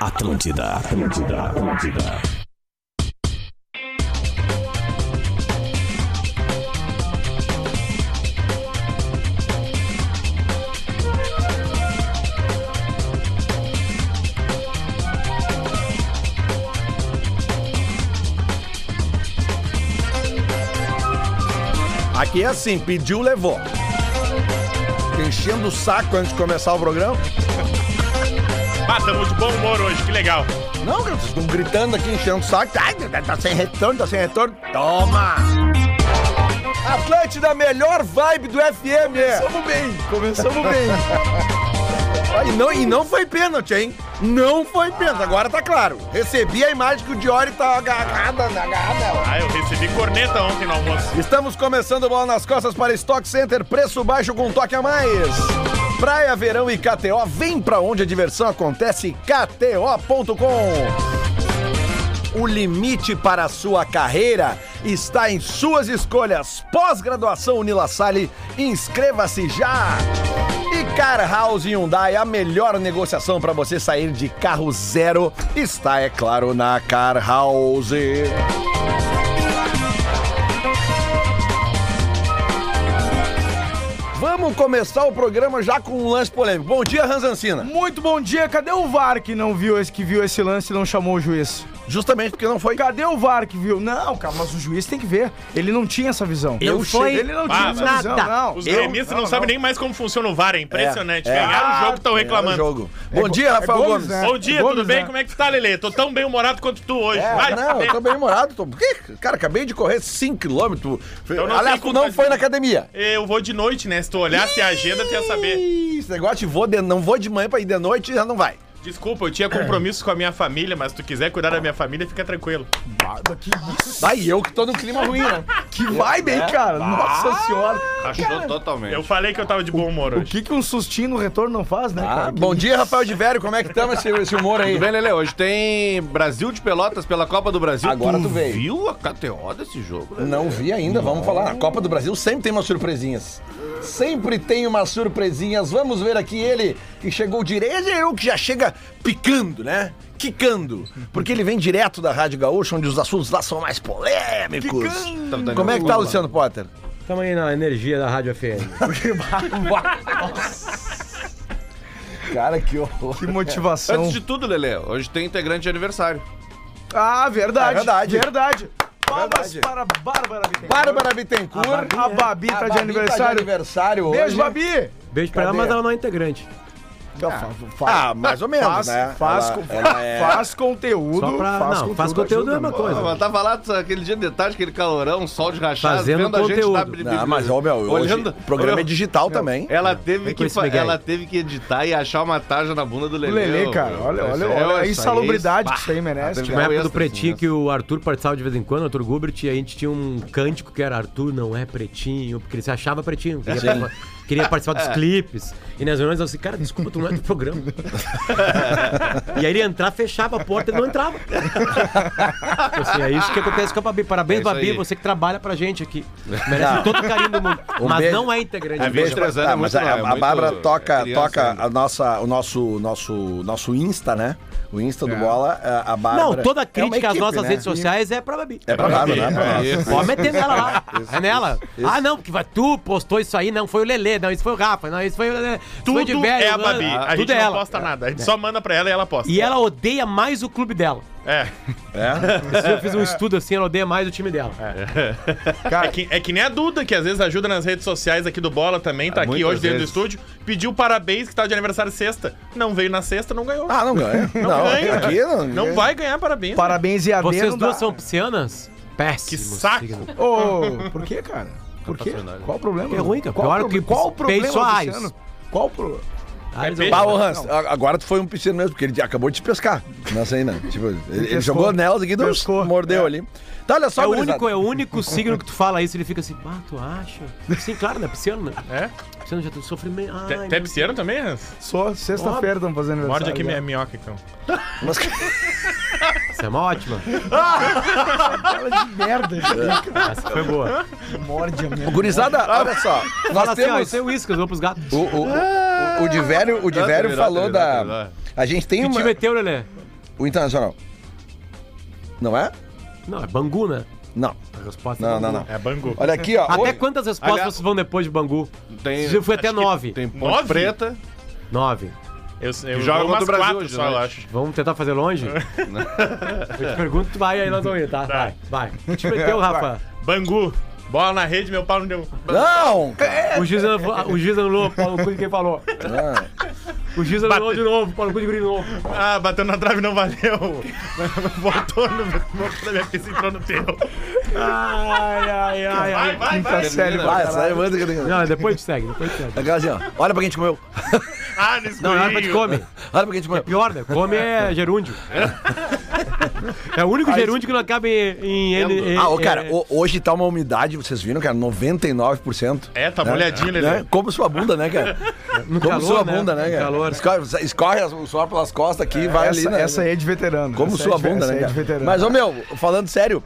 Atlântida, Atlântida, Atlântida. Aqui é assim, pediu, levou. Enchendo o saco antes de começar o programa. Ah, tamo de bom humor hoje, que legal. Não, cara, vocês estão gritando aqui, enchendo o saco. Ai, tá sem retorno, tá sem retorno. Toma! Atlântida, melhor vibe do FM. Começamos bem, começamos bem. E não, e não foi pênalti, hein? Não foi pênalti, agora tá claro. Recebi a imagem que o Diori tá né? agarrada na agarrada. Ah, eu recebi corneta ontem no almoço. Estamos começando o Bola nas Costas para Stock Center, preço baixo com um toque a mais. Praia, verão e KTO, vem pra onde a diversão acontece, kto.com. O limite para a sua carreira está em suas escolhas. Pós-graduação Unila Sale, inscreva-se já. E Car House Hyundai, a melhor negociação para você sair de carro zero, está, é claro, na Car House. Vamos começar o programa já com um lance polêmico. Bom dia, Ranzancina. Muito bom dia. Cadê o VAR que não viu esse que viu esse lance e não chamou o juiz? Justamente porque não foi. Cadê o VAR que viu? Não, cara, mas o juiz tem que ver. Ele não tinha essa visão. Eu Não cheguei- Ele não Ah, tinha essa mas- visão, não. Os Eu? gremistas não, Não, sabem não. nem mais como funciona o VAR, é impressionante. É, é. Ganharam o jogo, estão reclamando. Jogo. Bom dia, Rafael é gomes, Gomes. né? Bom dia, É tudo Gomes, bem? né? Como é que tu tá, Lele? Tô tão bem humorado quanto tu hoje. Vai É, não, saber. eu tô bem humorado. Tô... Ih, Cara, acabei de correr 5km. não tem Aliás, tu como não tá de foi boa. na academia. Eu vou de noite, né? Se tu olhasse a agenda, tu ia saber. Ih, Esse negócio de vou de... não vou de manhã pra ir de noite, já não vai. Desculpa, eu tinha compromisso com a minha família, mas se tu quiser cuidar da minha família, fica tranquilo. Daí eu que tô num clima ruim, né? Que vibe, É. hein, cara? Ah. Nossa senhora. Achou totalmente. Eu falei que eu tava de bom humor O hoje. que, que um sustinho no retorno não faz, né, Ah, cara? bom dia, Rafael de Vério. Como é que tamo esse, esse humor aí? Tudo bem, Lele? Hoje tem Brasil de Pelotas pela Copa do Brasil. Agora tu veio. viu a KTO desse jogo, Lelê? Não vi ainda, vamos falar. A Copa do Brasil sempre tem umas surpresinhas. Sempre tem umas surpresinhas. Vamos ver aqui ele que chegou direto, ele é o que já chega picando, né? Quicando. Porque ele vem direto da Rádio Gaúcha, onde os assuntos lá são mais polêmicos. Tá, tá, Como é que tá, Luciano Potter? Tamo aí na energia da Rádio FM. Cara, que horror. Que motivação. Antes de tudo, Lele, hoje tem integrante de aniversário. Ah, verdade. É verdade. Verdade. Palmas Verdade. para Bárbara Bittencourt. Bárbara Bittencourt. A Babi, né? A Babi tá de aniversário. aniversário hoje. Beijo, Babi. Beijo pra ela, Cadê? mas ela não é integrante. Ah, mais ou menos, Faz, né? faz, Ela- con- ela é- faz conteúdo. Só pra. faz não, faz conteúdo ajuda, é uma mano. Pô, coisa. Ah, mas tava lá aquele dia de tarde, aquele calorão, sol de rachado, Fazendo vendo a gente conteúdo. tá Não, mas, ó, meu, hoje Olhando- o programa é Olhando- digital também. Ela teve, Vem com que, esse fa- Miguel. ela teve que editar e achar uma tarja na bunda do O Lelê. Lelê, cara, meu. olha, Mas olha, é, olha isso a aí, insalubridade que pá. isso aí merece. Tá cara. Na época extra, do assim, Pretinho, extra. que o Arthur participava de vez em quando, o Arthur Gubert, e a gente tinha um cântico que era Arthur não é pretinho, porque ele se achava pretinho. Queria, participar- queria participar dos clipes. E nas reuniões eu assim, cara, desculpa, tu não é do programa. e aí ele ia entrar, fechava a porta e não entrava. Tipo assim, é isso que acontece com a Babi. Parabéns, É isso Babi, aí. você que trabalha pra gente aqui. Merece Não. todo o carinho do mundo. Um mas beijo. não é integrante. É Beijo 23 pra- anos tá, é mas muito- a, é a muito- Bárbara toca, é criança toca ainda. a nossa, o nosso, nosso, nosso Insta, né? O Insta do Bola, a- a Bárbara. Não, toda É uma crítica às equipe, nossas né? redes sociais é pra Babi. É pra Bárbara, né? É, Pra isso. nós. Pode meter nela lá. é nela. Ah, não, porque vai- tu postou isso aí, não foi o Lelê, não, isso foi o Rafa, não, isso foi o Lelê. isso foi o Tudo Diverio, é a não, Babi. não, A gente tudo é não ela. posta nada. A gente só manda pra ela e ela posta. E ela odeia mais o clube dela. É. É? Se eu fiz um estudo assim, ela odeia mais o time dela. É que, é que nem a Duda, que às vezes ajuda nas redes sociais aqui do Bola também, tá aqui Ah, muitas hoje dentro do vezes. estúdio. Pediu parabéns que tá de aniversário sexta. Não veio na sexta, não ganhou. Ah, não ganha. Não, ganha. aqui não. é. não vai ganhar parabéns. Parabéns e a Vocês duas são piscianas? Péssimo. Que saco. É Ô, por que, Tá cara? Por quê? Qual o problema? É ruim, cara. Qual, Pior o que pro- qual o peixe problema, só Luciano? aios. Qual o problema? Ah, eles É odeiam. Pau, Hans, a- agora tu foi um piscino mesmo, porque ele acabou de te pescar. Não sei, não. Tipo, ele, ele Pescou. jogou nelas aqui, deu, Pescou. mordeu ali. Tá, olha só, É o gurizada. único, é o único signo que tu fala isso, ele fica assim, ah, tu acha? Sim, claro, né? Pisciano, né? É? Pisciano já tem sofrimento. Ai, Te- meu Até Deus. pisciano também, Hans? Só sexta-feira estamos fazendo aniversário. Morde aqui é. minha cara. minhoca, então. Mas- Isso é uma ótima. Fala de É. merda. gente. Essa foi boa. Morde a minha. Gurizada, olha só. Nós Fala assim, ó, temos. isso é uísque, eu vou pros gatos. O, o- o- O, o Divério, o Divério virou, falou virou, da. virou. A gente tem Que uma. time é teu, Lelê? O Internacional. Não é? Não, é Bangu, né? Não. A resposta é Não, não, Bangu. não. É Bangu. Olha aqui, ó. Até Ô, quantas respostas Aliás- vão depois de Bangu? Tem, Já foi até nove. tem Ponte Nove? Preta. Nove. Eu, eu joga jogo contra umas o Brasil quatro hoje, só, né? eu acho. Vamos tentar fazer longe? Eu te pergunto, tu vai aí nós vamos ir, tá? Vai, vai. Que time é teu, Rafa? Bangu. Bola na rede, meu pau não deu. Não! cara. O juiz anulou, o juiz anulou Paulo Cunha quem falou. O juiz anulou de novo, Paulo Cunha de novo. Ah, bateu na trave não valeu. Voltou no no- na minha pista e entrou no teu. Ai, ai, ai, ai. Vai, vai, Tá vai. sério, Ah, vai. essa aí é muito que eu tenho. Não, depois te segue, depois te segue. Aquela assim, ó. Olha pra quem te comeu. Ah, no escurinho. Não, não é pra te come. Olha pra quem te comeu. Pior, né? Come é gerúndio. É o único gerúndio que não acaba em, em N. em- Ah, ô, cara, é- ô, hoje tá uma umidade, vocês viram, cara? 99%. É, tá né? molhadinho, Lelê. Né? Como sua bunda, né, cara? no Como calor, sua bunda, né, No cara? Calor. Escorre, escorre o suor pelas costas aqui e vai ali, Essa, né? essa aí é de veterano. Como Essa sua é de, bunda, essa né? é de Cara? veterano. Mas, ô meu, falando sério.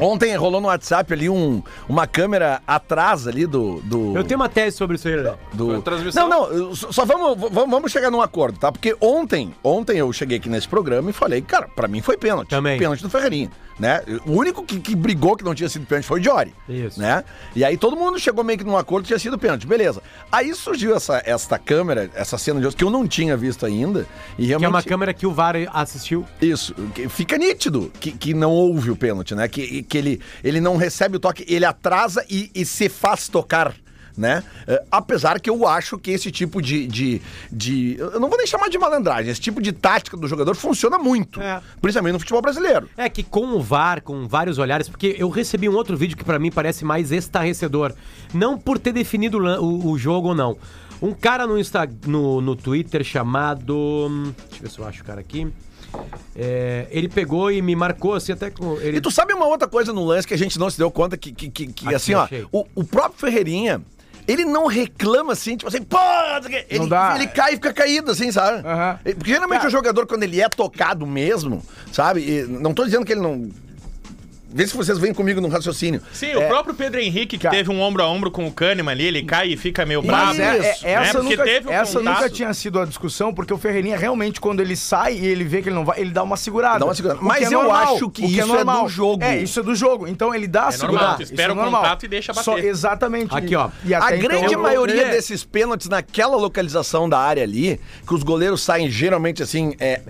Ontem rolou no WhatsApp ali um, uma câmera atrás ali do. do Eu tenho uma tese sobre isso aí, Lelé. do... Foi transmissão. Não, não, eu- só só vamos, v- vamos, vamos chegar num acordo, tá? Porque ontem, ontem eu cheguei aqui nesse programa e falei, cara, pra mim foi pênalti. Também. Pênalti do Ferreirinha, né? O único que, que brigou que não tinha sido pênalti foi o Diori. Isso. Né? E aí todo mundo chegou meio que num acordo que tinha sido pênalti, beleza. Aí surgiu essa, esta câmera, essa cena de hoje que eu não tinha visto ainda. E realmente... Que é uma câmera que o VAR assistiu. Isso, que fica nítido que, que não houve o pênalti, né? Que, que ele, ele não recebe o toque, ele atrasa e, e se faz tocar. Né? Eh, apesar que eu acho que esse tipo de, de, de- Eu não vou nem chamar de malandragem, esse tipo de tática do jogador funciona muito. É. Principalmente no futebol brasileiro. É que com o VAR, com vários olhares, porque eu recebi um outro vídeo que pra mim parece mais estarrecedor. Não por ter definido o lan- o, o jogo ou não. Um cara no, Insta, no, no Twitter chamado. hum, Deixa eu ver se eu acho o cara aqui. É, ele pegou e me marcou assim, até com. Ele... E tu sabe uma outra coisa no lance que a gente não se deu conta que, que, que, que, Aqui, assim, ó, achei. o, o próprio Ferreirinha, ele não reclama assim, tipo assim, pô, não sei o quê. ele, Não dá. ele cai e fica caído, assim, sabe? Aham. E- Porque geralmente o jogador, quando ele é tocado mesmo, sabe? E não tô dizendo que ele não. Vê se vocês vêm comigo num raciocínio. Sim, É. o próprio Pedro Henrique, que Cara. teve um ombro a ombro com o Kahneman ali, ele cai e fica meio brabo. Mas é- é- Isso, essa, Porque nunca, teve um essa contato. nunca tinha sido a discussão, porque o Ferreirinha realmente, quando ele sai e ele vê que ele não vai, ele dá uma segurada. Dá uma segurada. O que Mas é eu normal, acho que o isso é normal. do jogo. É, isso é do jogo. Então ele dá a normal, segurada. tu Isso espera é o normal. contato e deixa bater. Só- exatamente. Aqui, ó. E até a então- grande eu- maioria é. desses pênaltis naquela localização da área ali, que os goleiros saem geralmente assim, é,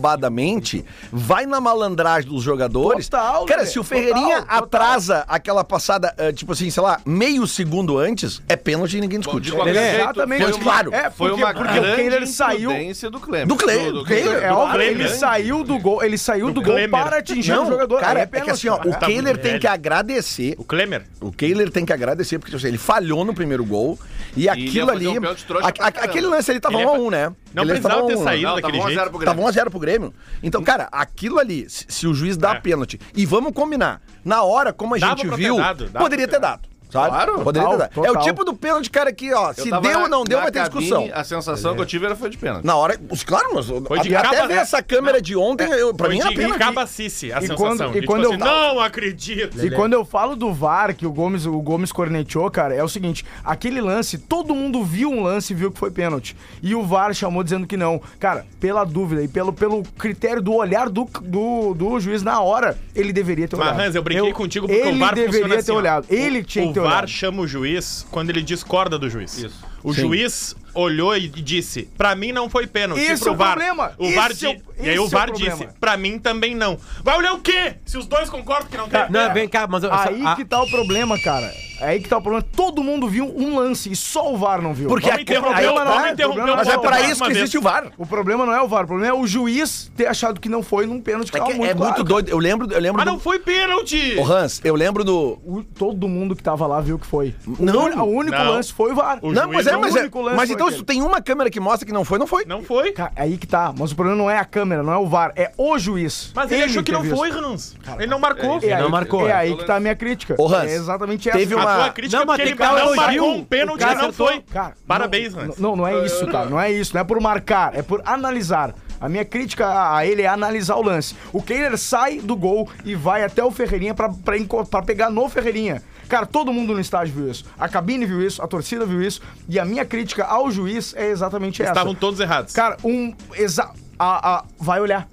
afobadamente, vai na malandragem dos jogadores. Total, Cara, né? se o Ferreirinha Total, total. atrasa aquela passada, é, tipo assim, sei lá, meio segundo antes, é pênalti e ninguém discute. de qualquer é, Lelê, jeito, É, exatamente. foi Mas uma- claro. É, Foi porque, uma porque o grande Kehler saiu. imprudência do Clemer. Do Cle- do Kehler, Kehler. É óbvio, ele Klemer. saiu do gol, ele saiu do, gol Klemer. para atingir o jogador. Cara, Aí é, que pênalti, né? assim, ó, Tá cara. o Kehler tem que agradecer. O Klemer. O Kehler tem que agradecer, porque tipo assim, ele falhou no primeiro gol e ia aquilo fazer ali. um pênalti trouxa a- pra a- caramba. aquele lance ali tava Ele 1 a é- 1 né? Não Ele precisava tava ter 1 a 1, né? saído Não, daquele tava 1 a 0 jeito. pro Tava Grêmio. 1x0 pro Grêmio. Então, cara, aquilo ali, se se o juiz dá É. pênalti, e vamos combinar, na hora, como a Dava gente pra ter viu, dado, dava poderia pra ter ter dado. Sabe? Claro, poderia ter total, dado. É o total. tipo do pênalti, cara, que, ó, Eu se tava deu na- ou não deu, na vai ter cabine, discussão. A sensação que eu tive era foi de pênalti. Na hora, os- claro, mas eu- Foi de até capa, ver né? essa câmera de ontem, eu, pra Foi mim de é pena. Ricabacice, a E sensação. quando- de, e quando eu- não acredito. E quando eu falo do VAR, que o Gomes, o Gomes corneteou, cara, é o seguinte: aquele lance, todo mundo viu um lance e viu que foi pênalti. E o VAR chamou dizendo que não. Cara, pela dúvida e pelo, pelo critério do olhar do, do, do juiz na hora, ele deveria ter olhado. Mas, Hans, eu brinquei contigo porque ele o VAR deveria funciona ter assim, ó. olhado. Ele tinha o que ter VAR olhado. chama o juiz quando ele discorda do juiz. Isso. O juiz olhou e disse: "Pra mim não foi pênalti Esse pro é o VAR". problema. O VAR Esse é o- di- E aí esse é o o VAR problema. disse: "Pra mim também não". Vai olhar o quê? Se os dois concordam que não tem. Não, vem cá, mas. eu- Aí a- que tá o problema, cara. Aí que tá o problema. Todo mundo viu um lance e só o VAR não viu. Porque Vamos a- interromper, aí o- não tá, vamos é, interromper problema- o Mas é jogo pra mais isso uma que vez. existe o VAR. O problema não é o VAR, o problema é o juiz ter achado que não foi num pênalti. que É, tava que é claro, muito cara. doido. Eu lembro, eu lembro Mas do. não foi pênalti. Ô, Hans, eu lembro do. O- todo mundo que tava lá viu que foi. O Não. un- O, único Não. lance foi o VAR. O Não, mas juiz é, é o mas é. único lance Mas foi então, se aquele. tu tem uma câmera que mostra que não foi, não foi. Não foi. Ca- Aí que tá. Mas o problema não é a câmera, não é o VAR, é o juiz. Mas ele, achou que ter não visto. foi, Hans. Ele não marcou. É, É aí, não marcou. É aí que tá a minha crítica. Ô, Hans, é exatamente essa. teve A uma- tua crítica Não, não, mas porque ele tem cara não elogio. marcou um O pênalti cara que não acertou. foi. Cara, Parabéns, não, Hans. não, não é isso, tá? Não é isso. Não é por marcar, é por analisar. A minha crítica a- a ele é analisar o lance. O Kehler sai do gol e vai até o Ferreirinha pra, pra, enco- pra pegar no Ferreirinha. Cara, todo mundo no estádio viu isso. A cabine viu isso, a torcida viu isso. E a minha crítica ao juiz é exatamente essa. Estavam todos errados. Cara, um. Exa a, a- vai olhar.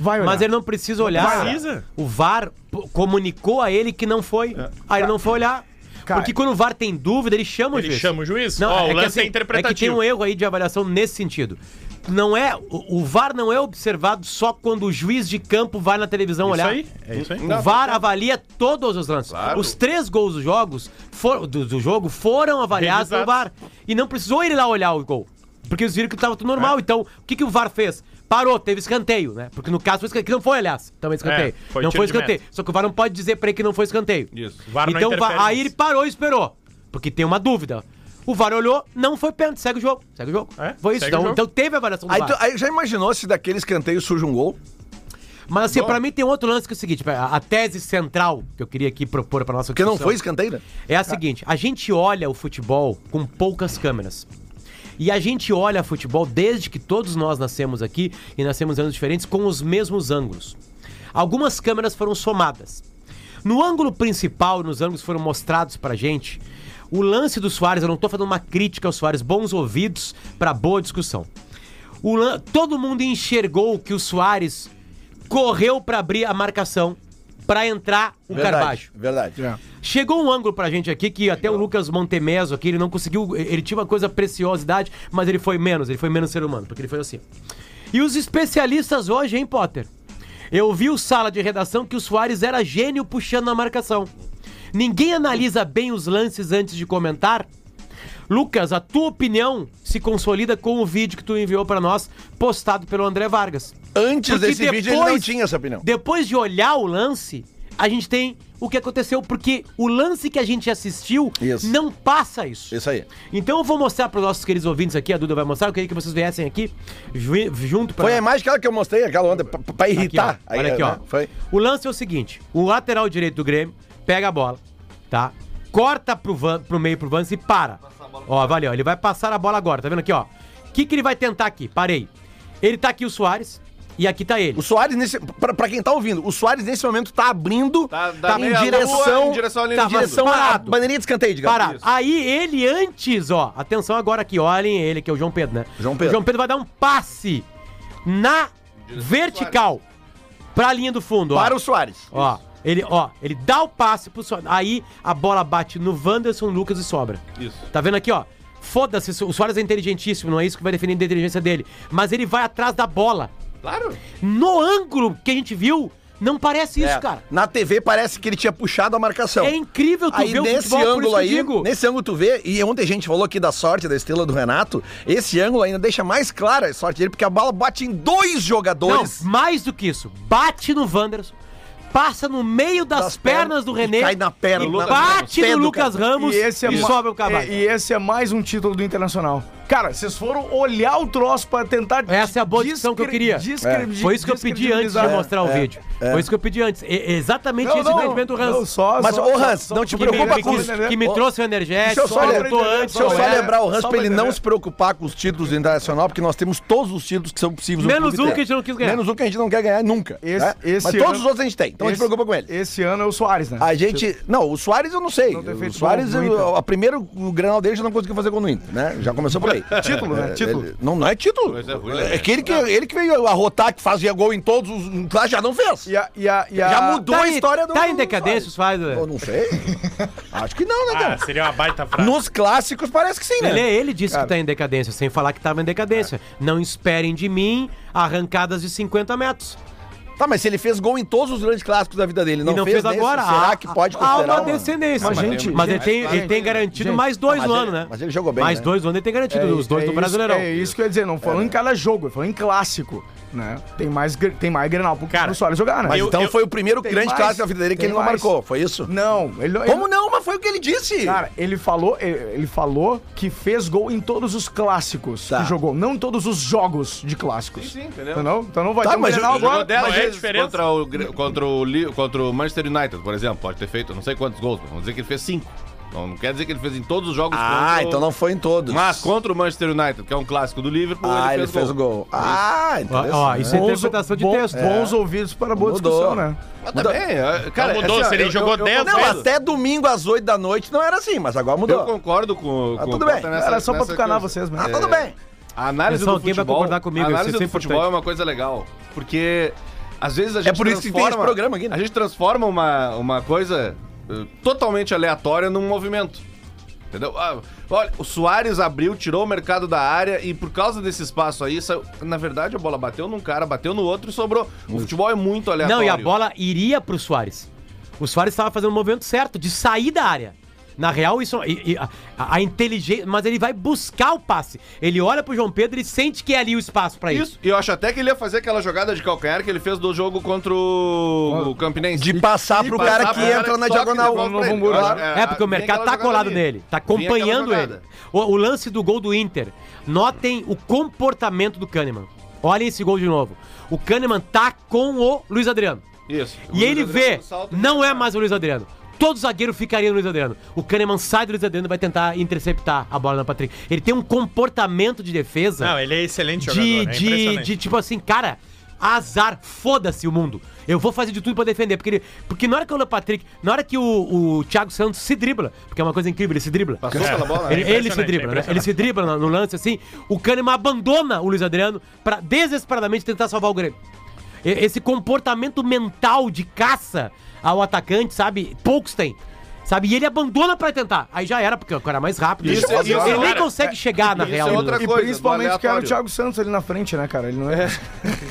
Vai olhar. Mas ele não precisa olhar. precisa. O VAR p- comunicou a ele que não foi. Aí ele não foi olhar. Cara. Porque quando o VAR tem dúvida, ele chama o Ele juiz. chama o juiz? Não, Ó, o lance é, é que, assim, é que tem interpretativo. um erro aí de avaliação nesse sentido. Não é, o, o VAR não é observado só quando o juiz de campo vai na televisão Isso olhar. aí, é isso aí. O VAR avalia todos os lances. Claro. Os três gols dos jogos for- do, do jogo foram avaliados pelo VAR. Revisados. E não precisou ele lá olhar o gol. Porque eles viram que tava tudo É. normal. Então, o que, que o VAR fez? Parou, teve escanteio, né? Porque no caso foi escanteio, que não foi, aliás, também escanteio. É, foi não tiro foi de escanteio. meta. Só que o VAR não pode dizer pra ele que não foi escanteio. Isso. O VAR não então, o interfere VAR- aí nisso. ele parou e esperou. Porque tem uma dúvida. O VAR olhou, não foi pênalti, segue o jogo. Segue o jogo. É, foi isso. segue o Então, jogo. então teve a avaliação do Aí, VAR. tu- aí já imaginou se daquele escanteio surge um gol? Mas assim, pra mim tem outro lance que é o seguinte, a, a tese central que eu queria aqui propor pra nossa Porque não discussão- foi escanteio, né? É a seguinte, a gente olha o futebol com poucas câmeras. E a gente olha futebol desde que todos nós nascemos aqui e nascemos em anos diferentes com os mesmos ângulos. Algumas câmeras foram somadas. No ângulo principal, nos ângulos que foram mostrados pra gente, o lance do Soares, eu não tô fazendo uma crítica ao Soares, bons ouvidos pra boa discussão. O lan- Todo mundo enxergou que o Soares correu pra abrir a marcação pra entrar o Carvalho. Verdade. Chegou um ângulo pra gente aqui que até o Lucas Montemeso aqui, ele não conseguiu. Ele tinha uma coisa preciosidade, mas ele foi menos, ele foi menos ser humano, porque ele foi assim. E os especialistas hoje, hein, Potter? Eu vi o sala de redação que o Soares era gênio puxando na marcação. Ninguém analisa bem os lances antes de comentar. Lucas, a tua opinião se consolida com o vídeo que tu enviou pra nós, postado pelo André Vargas. Antes Porque desse vídeo ele não depois- tinha essa opinião. depois de olhar o lance, a gente tem o que aconteceu, porque o lance que a gente assistiu Isso. não passa isso. Isso aí. Então eu vou mostrar para os nossos queridos ouvintes aqui, a Duda vai mostrar, eu queria que vocês viessem aqui ju- junto para Foi a imagem aquela que eu mostrei, aquela ontem, pra, pra irritar. Aqui, ó. Olha Aí, aqui, né? ó. Foi. O lance é o seguinte: o lateral direito do Grêmio pega a bola, tá? Corta pro, van, pro meio pro Vance e para. Ó, valeu. Ele vai passar a bola agora, tá vendo aqui, ó? O que, que ele vai tentar aqui? Parei. Ele tá aqui o Soares e aqui tá ele. O Soares, nesse, pra, pra quem tá ouvindo, o Soares nesse momento tá abrindo Tá- tá tá em, meio à direção, lua, em direção à linha tá, de fundo. direção à Parado. bandeirinha de escanteio, digamos. Parado. Isso. Aí ele antes, ó, atenção agora aqui, olhem ele, que é o João Pedro, né? João Pedro. O João Pedro vai dar um passe na vertical pra linha do fundo, ó. Para o Soares. Ó, ele, ó, ele dá o passe pro Soares. Aí a bola bate no Wanderson, Lucas e sobra. Isso. Tá vendo aqui, ó? Foda-se, o Soares é inteligentíssimo, não é isso que vai definir a inteligência dele. Mas ele vai atrás da bola. Claro. No ângulo que a gente viu, não parece isso, É. cara. Na TV parece que ele tinha puxado a marcação. É incrível tu Aí ver o nesse futebol, por isso ângulo que eu aí, digo. nesse ângulo tu vê, e ontem a gente falou aqui da sorte da estrela do Renato, esse ângulo ainda deixa mais clara a sorte dele, porque a bola bate em dois jogadores. Não, mais do que isso. Bate no Wanderson, passa no meio das, Das pernas pernas do e René. cai na perna e do Lucas bate Ramos. no Pé do Lucas cara. Ramos E esse é e ma- sobe o cavalo. E, e esse é mais um título do Internacional. Cara, vocês foram olhar o troço pra tentar. Essa é a boa discussão que eu queria. Foi isso que eu pedi antes de mostrar o é, vídeo. é. Foi isso que eu pedi antes. E- exatamente esse entendimento do Hans. Mas, ô, Hans, não te que, preocupa me, com que, isso, me- que me Ô, trouxe o energético, né? deixa eu só me lembrar- botou antes. Deixa eu só qual era. lembrar o Hans pra só pra ele não entender. se preocupar com os títulos do Internacional, porque nós temos todos os títulos que são possíveis. o Menos clube um tem. que a gente não quis ganhar. Menos um que a gente não quer ganhar nunca. Esse- né? esse Mas todos ano- os outros a gente tem, então a gente se preocupa com ele. Esse ano é o Soares, né? A gente. Não, o Soares eu não sei. Não tem o feito Soares, gol no Inter. o- a primeiro o Grenal dele já não conseguiu fazer gol no Inter, né? Já começou por aí. Título, né? É, Título. ele- não, não é título. Mas é ruim, né? É que ele que, ele que veio arrotar, que fazia gol em todos os. Lá já não fez. E a, e a, e a- Já mudou. Tá, a em- história do- tá em decadência, os faz. Eu não sei. Acho que não, né, Ah, cara? seria uma baita frase. Nos clássicos parece que sim, né? Ele, ele disse Cara. que tá em decadência, sem falar que tava em decadência. Não esperem de mim arrancadas de 50 metros. Tá, mas se ele fez gol em todos os grandes clássicos da vida dele, não, e não fez, nesse, agora. Ah, será há- que pode há uma considerar? ah, uma- descendência. Mas, gente, mas, ele, gente, tem, claro. ele tem garantido Gente, mais dois mas no ele- ano, né? mas ele jogou bem, Mais né? dois no ano ele tem garantido, os dois é do isso- Brasileirão. É isso que eu ia dizer, não falando em cada jogo, falando em clássico, né? Tem mais, gr- tem mais Grenal pro, Cara, pro Soares jogar, né? Mas Eu- então eu- foi o primeiro Tem grande mais, clássico da vida dele que tem ele não mais. marcou, foi isso? Não, ele não. ele Como não? Mas foi o que ele disse. Cara, ele falou, ele, ele falou que fez gol em todos os clássicos Tá. que jogou, não em todos os jogos de clássicos. Sim, sim, entendeu? Entendeu? Então não vai Tá, ter um mas Grenal Ele jogou agora. 10 mas é a vezes diferença. contra o, Gre- contra, o, Li- contra o Manchester United, por exemplo. Pode ter feito não sei quantos gols, mas vamos dizer que ele fez 5. Não, não quer dizer que ele fez em todos os jogos Ah, contra o- então não foi em todos. Mas contra o Manchester United, que é um clássico do Liverpool, ah, ele fez o gol. gol. Ah, Ó, interessante. ó, isso é interpretação de bom- texto. É. Bons ouvidos para boa Mudou. discussão, né? Mas também, é, cara, Não mudou, assim, ó, se ele eu- jogou eu- eu 10 Não, vezes. até domingo às 8 da noite não era assim, mas agora Eu mudou. concordo com, Ah, com tudo o Cota bem. Era só pra nessa tucanar coisa. vocês, né? Ah, tudo bem. A análise Pessoal, do quem vai futebol, concordar comigo? a Isso análise do é sempre futebol é importante. uma coisa legal, porque às vezes a gente É por isso que tem esse transforma- programa aqui, né? A gente transforma uma, uma coisa eh, totalmente aleatória num movimento. Entendeu? Ah, olha, o Soares abriu, tirou o mercado da área e por causa desse espaço aí, saiu- na verdade a bola bateu num cara, bateu no outro e sobrou. O futebol é muito aleatório. Não, e a bola iria pro Soares. O Soares estava fazendo o movimento certo, de sair da área. Na real, isso. e- e a, a inteligência. Mas ele vai buscar o passe. Ele olha pro João Pedro e sente que é ali o espaço pra isso. Isso, e eu acho até que ele ia fazer aquela jogada de calcanhar que ele fez do jogo contra o, o Campinense. De passar pro passar cara que pro cara entra que na toca e diagonal. devolve pra ele. Novo Hamburgo. Eu acho- É, porque o vinha mercado aquela tá jogada colado ali. nele, tá Vinha aquela acompanhando ele. jogada. O, o lance do gol do Inter. Notem o comportamento do Kahneman. Olhem esse gol de novo. O Kahneman tá com o Luiz Adriano. Isso. O E ele Luiz vê, Adriano salta e- não é mais o Luiz Adriano. Todo zagueiro ficaria no Luiz Adriano. O Kahneman sai do Luiz Adriano e vai tentar interceptar a bola na Patrick. Ele tem um comportamento de defesa Não, ele é excelente jogador. de, é de, impressionante. de tipo assim, cara, azar, foda-se o mundo. Eu vou fazer de tudo pra defender. Porque, ele, porque na hora que o Patrick, na hora que o, o Thiago Santos se dribla, porque é uma coisa incrível, ele se dribla. Passou pela bola, Ele, né? ele se impressionante, dribla, é né? Ele se impressionante. dribla no, no lance assim. O Kahneman abandona o Luiz Adriano pra desesperadamente tentar salvar o Grêmio. E- Esse comportamento mental de caça ao atacante, sabe? Poucos têm. Sabe? E ele abandona pra tentar. Aí já era, porque o cara é mais rápido. Isso é- ele isso é nem outra- consegue chegar, na isso é real. no outra lance. E coisa, principalmente do que era o aleatório. Thiago Santos ali na frente, né, cara? Ele não é.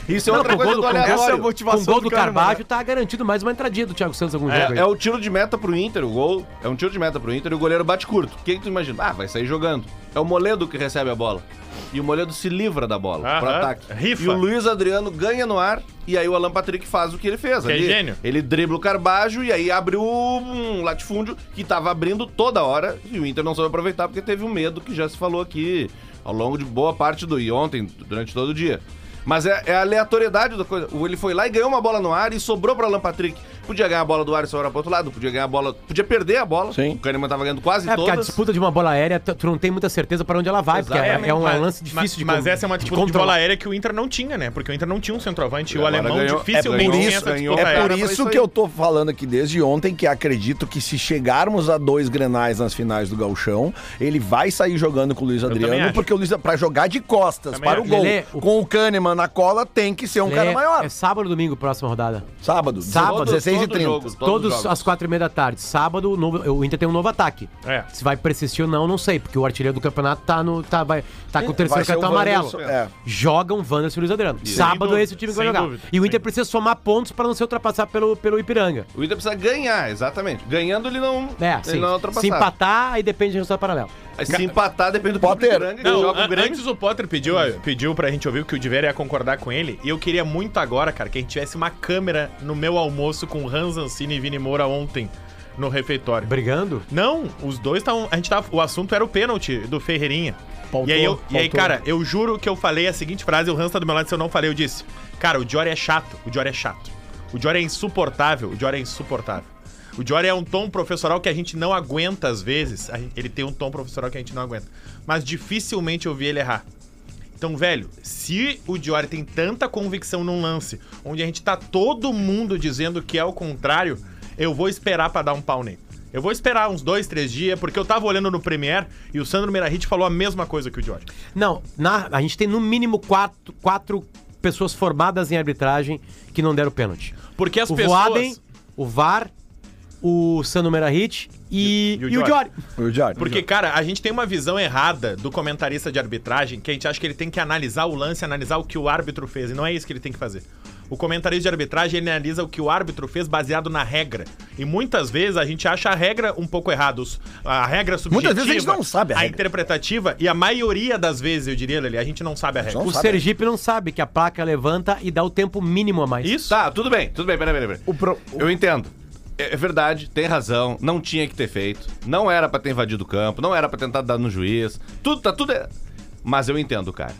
Isso é Não, outra com coisa o um gol do do- com- aleatório. Essa é a Com o motivação gol do Kahneman, Carvalho né? tá garantido mais uma entradinha do Thiago Santos algum jogo. É, aí. é o tiro de meta pro Inter, o gol. É um tiro de meta pro Inter e o goleiro bate curto. Quem que tu imagina? Ah, vai sair jogando. É o Moledo que recebe a bola. E o Moledo se livra da bola pro Aham. ataque. Rifa. E o Luiz Adriano ganha no ar e aí o Alan Patrick faz o que ele fez. Que é ali. gênio. Ele dribla o Carbajo e aí abre um latifúndio que tava abrindo toda hora e o Inter não soube aproveitar porque teve um medo que já se falou aqui ao longo de boa parte do e ontem, durante todo o dia. Mas é, é a aleatoriedade da coisa. O- Ele foi lá e ganhou uma bola no ar e sobrou pra Alan Patrick. Podia ganhar a bola do ar e sobrar pro outro lado, podia ganhar a bola. Podia perder a bola. Sim. O Kahneman tava ganhando quase É, porque a todas. disputa de uma bola aérea, tu tu não tem muita certeza pra onde ela vai, porque é, é um mas- lance difícil mas, de Mas con- essa é uma disputa de, bola controlar. aérea que o Inter não tinha, né? Porque o Inter não tinha um centroavante. E o Agora alemão ganhou- dificilmente é por tem isso- essa ganhou disputa pra É aérea. por pra isso isso aí. que eu tô falando aqui desde ontem que acredito que se chegarmos a dois grenais nas finais do Gauchão, ele vai sair jogando com o Luiz também Adriano, acho. porque o Luiz para jogar de costas Também para o acho. gol. Lelê, o- Com o Kahneman na cola tem que ser um cara É- maior. É sábado ou domingo, próxima rodada? Sábado, Sábado, 16 todo e 30 jogo. Todos os Todos, jogos. às quatro e meia da tarde. Sábado, o novo- o Inter tem um novo ataque. É. Se vai persistir ou não, não sei, porque o artilheiro do campeonato tá, no, tá, vai, tá com o terceiro ser o cartão amarelo. Wanderson, é. Jogam Wanderson e Luiz Adriano. Sábado dúvida, é esse o time que vai sem jogar. dúvida, e o sem Inter dúvida. precisa somar pontos pra não ser ultrapassado pelo, pelo Ipiranga. O Inter precisa ganhar, exatamente. Ganhando ele não, É, ele sim. não é Se ultrapassado. empatar, aí depende do resultado paralelo. Aí Se empatar, depende do Potter. Grande, Não, joga an- o grande. antes o Potter pediu, ó, pediu pra gente ouvir o que o Diver ia concordar com ele. E eu queria muito agora, cara, que a gente tivesse uma câmera no meu almoço com Hans Ancini e Vini Moura ontem no refeitório. Brigando? Não, os dois estavam. A gente tava. O assunto era o pênalti do Ferreirinha. Pautou, e aí, eu, e aí, pautou. cara, eu juro que eu falei a seguinte frase, o Hans tá do meu lado, se eu não falei, eu disse. Cara, o Dior é chato, o Dior é chato. O Dior é insuportável, o Dior é insuportável. O Dior é um tom professoral que a gente não aguenta às vezes. a gente- Ele tem um tom professoral que a gente não aguenta. Mas dificilmente eu vi ele errar. Então, velho, se o Diori tem tanta convicção num lance, onde a gente tá todo mundo dizendo que é o contrário, eu vou esperar pra dar um pau nele. Eu vou esperar uns dois, três dias, porque eu tava olhando no Premiere e o Sandro Merahit falou a mesma coisa que o Diori. Não, na- a gente tem no mínimo quatro, quatro pessoas formadas em arbitragem que não deram pênalti. Porque as o pessoas. Voaden, o VAR, o Sandro Merahit e, E o- e o Diori. O Diário. Porque, cara, a gente tem uma visão errada do comentarista de arbitragem, que a gente acha que ele tem que analisar o lance, analisar o que o árbitro fez, e não é isso que ele tem que fazer. O comentarista de arbitragem ele analisa o que o árbitro fez baseado na regra. E muitas vezes a gente acha a regra um pouco errada. os- A regra subjetiva. vezes a gente não sabe a a, regra. interpretativa. E a maioria das vezes, eu diria, Lelê, a gente não sabe a regra. não O sabe. Sergipe não sabe que a placa levanta e dá o tempo mínimo a mais. Isso? Tá, tudo bem, tudo bem, peraí, peraí. peraí. O pro- Eu entendo. É é verdade, tem razão, não tinha que ter feito, não era pra ter invadido o campo, não era pra tentar dar no juiz, tudo tá tudo é... Mas eu entendo, cara.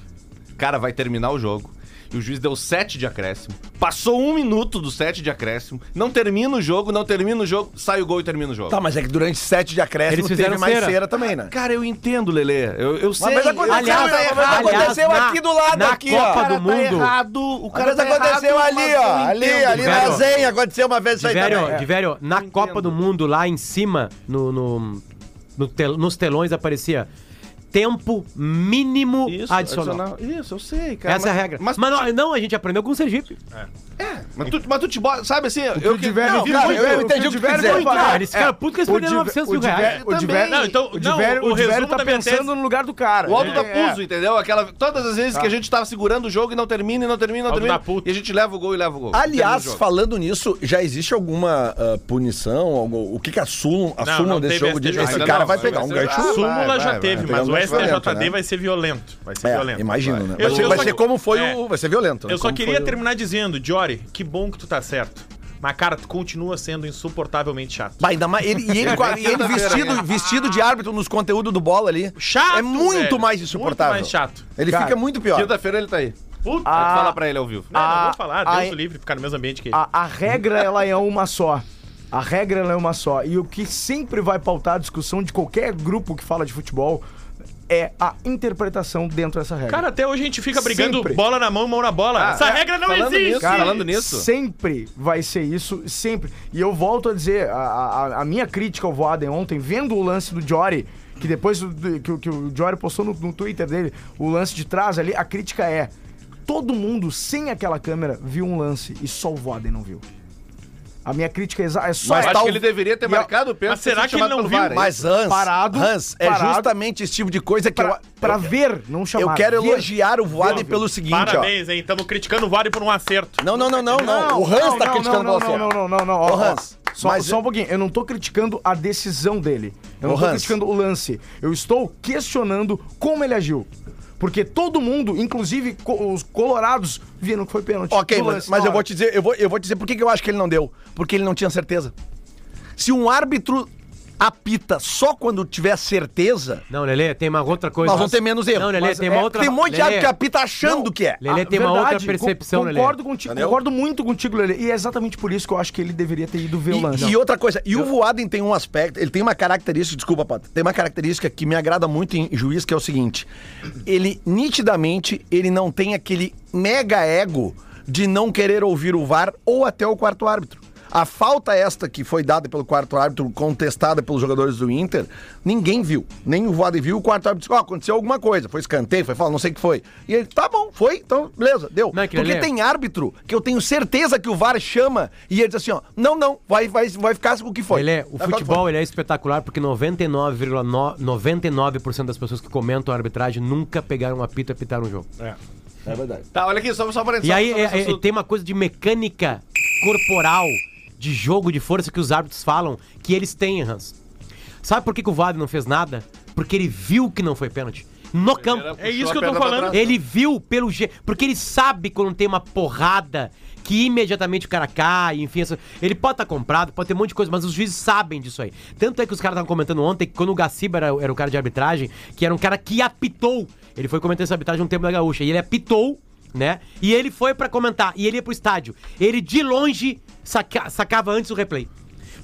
Cara, vai terminar o jogo. E o juiz deu 7 de acréscimo. Passou um minuto do 7 de acréscimo. Não termina o jogo, não termina o jogo, sai o gol e termina o jogo. Tá, mas é que durante sete de acréscimo Eles teve fizeram mais cera. cera também, né? Cara, eu entendo, Lelê. Eu, eu sei. mas aconteceu, aliás, né? tá Mas errado. aconteceu na- aqui do lado, na aqui, ó. Copa O cara do tá Mundo. errado. O Uma vez cara tá aconteceu errado, ali, mas ó. eu Ali, entendo. ali na velho. Zenha aconteceu uma vez isso aí também. Diverio, É. Diverio, na Eu Copa entendo. do Mundo, lá em cima, no, no- no tel- nos telões aparecia tempo mínimo Isso, Ah, adicional. adicional. Isso, eu sei, cara. Essa é a regra. Mas, Mas, não, não, a gente aprendeu com o Sergipe. mas tu, mas tu te bota, sabe assim, que o eu que... Diverio não, fez- cara, o eu- eu entendi o que tu quis dizer. Diverio falou- Cara, esse cara é, puto que eles o perderam Diver- 900 mil o Diver- reais. O Eu Diverio, também. Não, então- o não, Diverio, o o Diverio resumo tá da minha pensando tese- no lugar do cara. O Aldo tá da É. Puso, entendeu? Aquela, todas as vezes que a gente tava segurando o jogo e não termina, e não termina, e não Aldo termina. da puta. E a gente leva o gol e leva o gol. Aliás, Termina o jogo. falando nisso, já existe alguma ah, punição? algum- o que que assumam, assumam não desse teve jogo? De, STJ, esse não, cara não, vai vai pegar um ser- gancho. Ah, Súmula vai, já vai, teve, vai pegar mas um o gancho STJD violento, né? vai ser violento. Vai ser É, violento. imagino, né? Eu- Vai, ser- eu vai só- ser como foi é. o. Vai ser violento, né? Eu só Como queria foi o- terminar dizendo, Jory, que bom que tu tá certo. Mas, cara, tu continua sendo insuportavelmente chato. Bah, ainda mais, ele, e ele, com a- e ele vestido, vestido de árbitro nos conteúdos do bola ali. Chato! É muito velho. mais insuportável. Muito mais chato. Ele Cara, fica muito pior. Quinta-feira ele tá aí. Puta. Vai Ah. falar pra ele ao vivo. É, não, não a- vou falar, a- Deus o livre, ficar no mesmo ambiente que ele. A, a regra, ela é uma só. A regra, ela é uma só. E o que sempre vai pautar a discussão de qualquer grupo que fala de futebol é a interpretação dentro dessa regra. Cara, até hoje a gente fica brigando Sempre. bola na mão, mão na bola. Essa é, regra não falando existe! nisso, Cara, falando nisso. Sempre vai ser isso, sempre. E eu volto a dizer, a, a- a minha crítica ao Voaden ontem, vendo o lance do Jory, que depois do- do- que, o- que o Jory postou no, no Twitter dele, o lance de trás ali, a crítica é: todo mundo sem aquela câmera viu um lance e só o Voaden não viu. A minha crítica é, exa- é só Mas essa. Acho tal- que ele deveria ter E a- marcado o pênalti. Mas será e sido que ele chamado não pelo viu? VAR, hein? Mas Hans, Parado, Hans é parado. justamente esse tipo de coisa que pra, eu. pra eu- ver, não chamar. Eu quero ver. elogiar o Voaden Viu? pelo seguinte, ó. Parabéns, hein? Estamos criticando o VAR por um acerto. Não, não, não, não, não. O Hans não, tá não, criticando não, você. não, não, não, não, não. Ó, Ô, ó, Hans, só, mas- só um pouquinho. Eu não tô criticando a decisão dele. Eu não Ô, tô Hans. criticando o lance. Eu estou questionando como ele agiu. Porque todo mundo, inclusive co- os colorados, viram que foi pênalti. Ok, No mas, lance, mas na eu vou hora. te dizer, eu vou, eu vou te dizer por que que eu acho que ele não deu. Porque ele não tinha certeza. Se um árbitro apita só quando tiver certeza, Não, Lelê, tem uma outra coisa. nós vamos ter menos erro. Não, Lelê, Mas tem é- uma outra... tem um monte de árbitro que Lelê, apita achando Não, que é. Lelê Ah, tem uma outra verdade, percepção, con- Lelê. concordo contigo, Entendeu? concordo muito contigo, Lelê. E é exatamente por isso que eu acho que ele deveria ter ido ver o lance. E, e outra coisa, e o Voaden tem um aspecto, ele tem uma característica, desculpa, Pato, tem uma característica que me agrada muito em juiz, que é o seguinte: ele nitidamente ele não tem aquele mega ego de não querer ouvir o VAR ou até o quarto árbitro. A falta esta que foi dada pelo quarto árbitro, contestada pelos jogadores do Inter, ninguém viu. Nem o Voaden viu, o quarto árbitro disse, ó, aconteceu alguma coisa. Foi escanteio, foi fala, não sei o que foi. E ele, tá bom, foi, então, beleza, deu. Não é que Porque ele é- tem tem árbitro que eu tenho certeza que o VAR chama e ele diz assim, ó, não, não, vai, vai, vai ficar o que foi. Tá Lelê, o Vai ficar que futebol foi. ele é espetacular porque 99,9% 99% das pessoas que comentam a arbitragem nunca pegaram um apito e apitaram um jogo. É Tá, olha aqui, só, só pra E aí só- só- é- é- só- um tem uma coisa de mecânica corporal, de jogo de força que os árbitros falam que eles têm, Hans. Sabe por que, que o VAD não fez nada? Porque ele viu que não foi pênalti. No campo. É isso que Puxou eu tô a perna pra falando. trás. Ele viu pelo jeito. Porque ele sabe quando tem uma porrada que imediatamente o cara cai, enfim. essa- Ele pode estar comprado, pode ter um monte de coisa, mas os juízes sabem disso aí. Tanto é que os caras estavam comentando ontem que quando o Gaciba era, era um cara de arbitragem, que era um cara que apitou. Ele foi comentar essa arbitragem um tempo da Gaúcha. E ele apitou, né? E ele foi pra comentar. E ele ia pro estádio. Ele de longe saca- sacava antes o replay.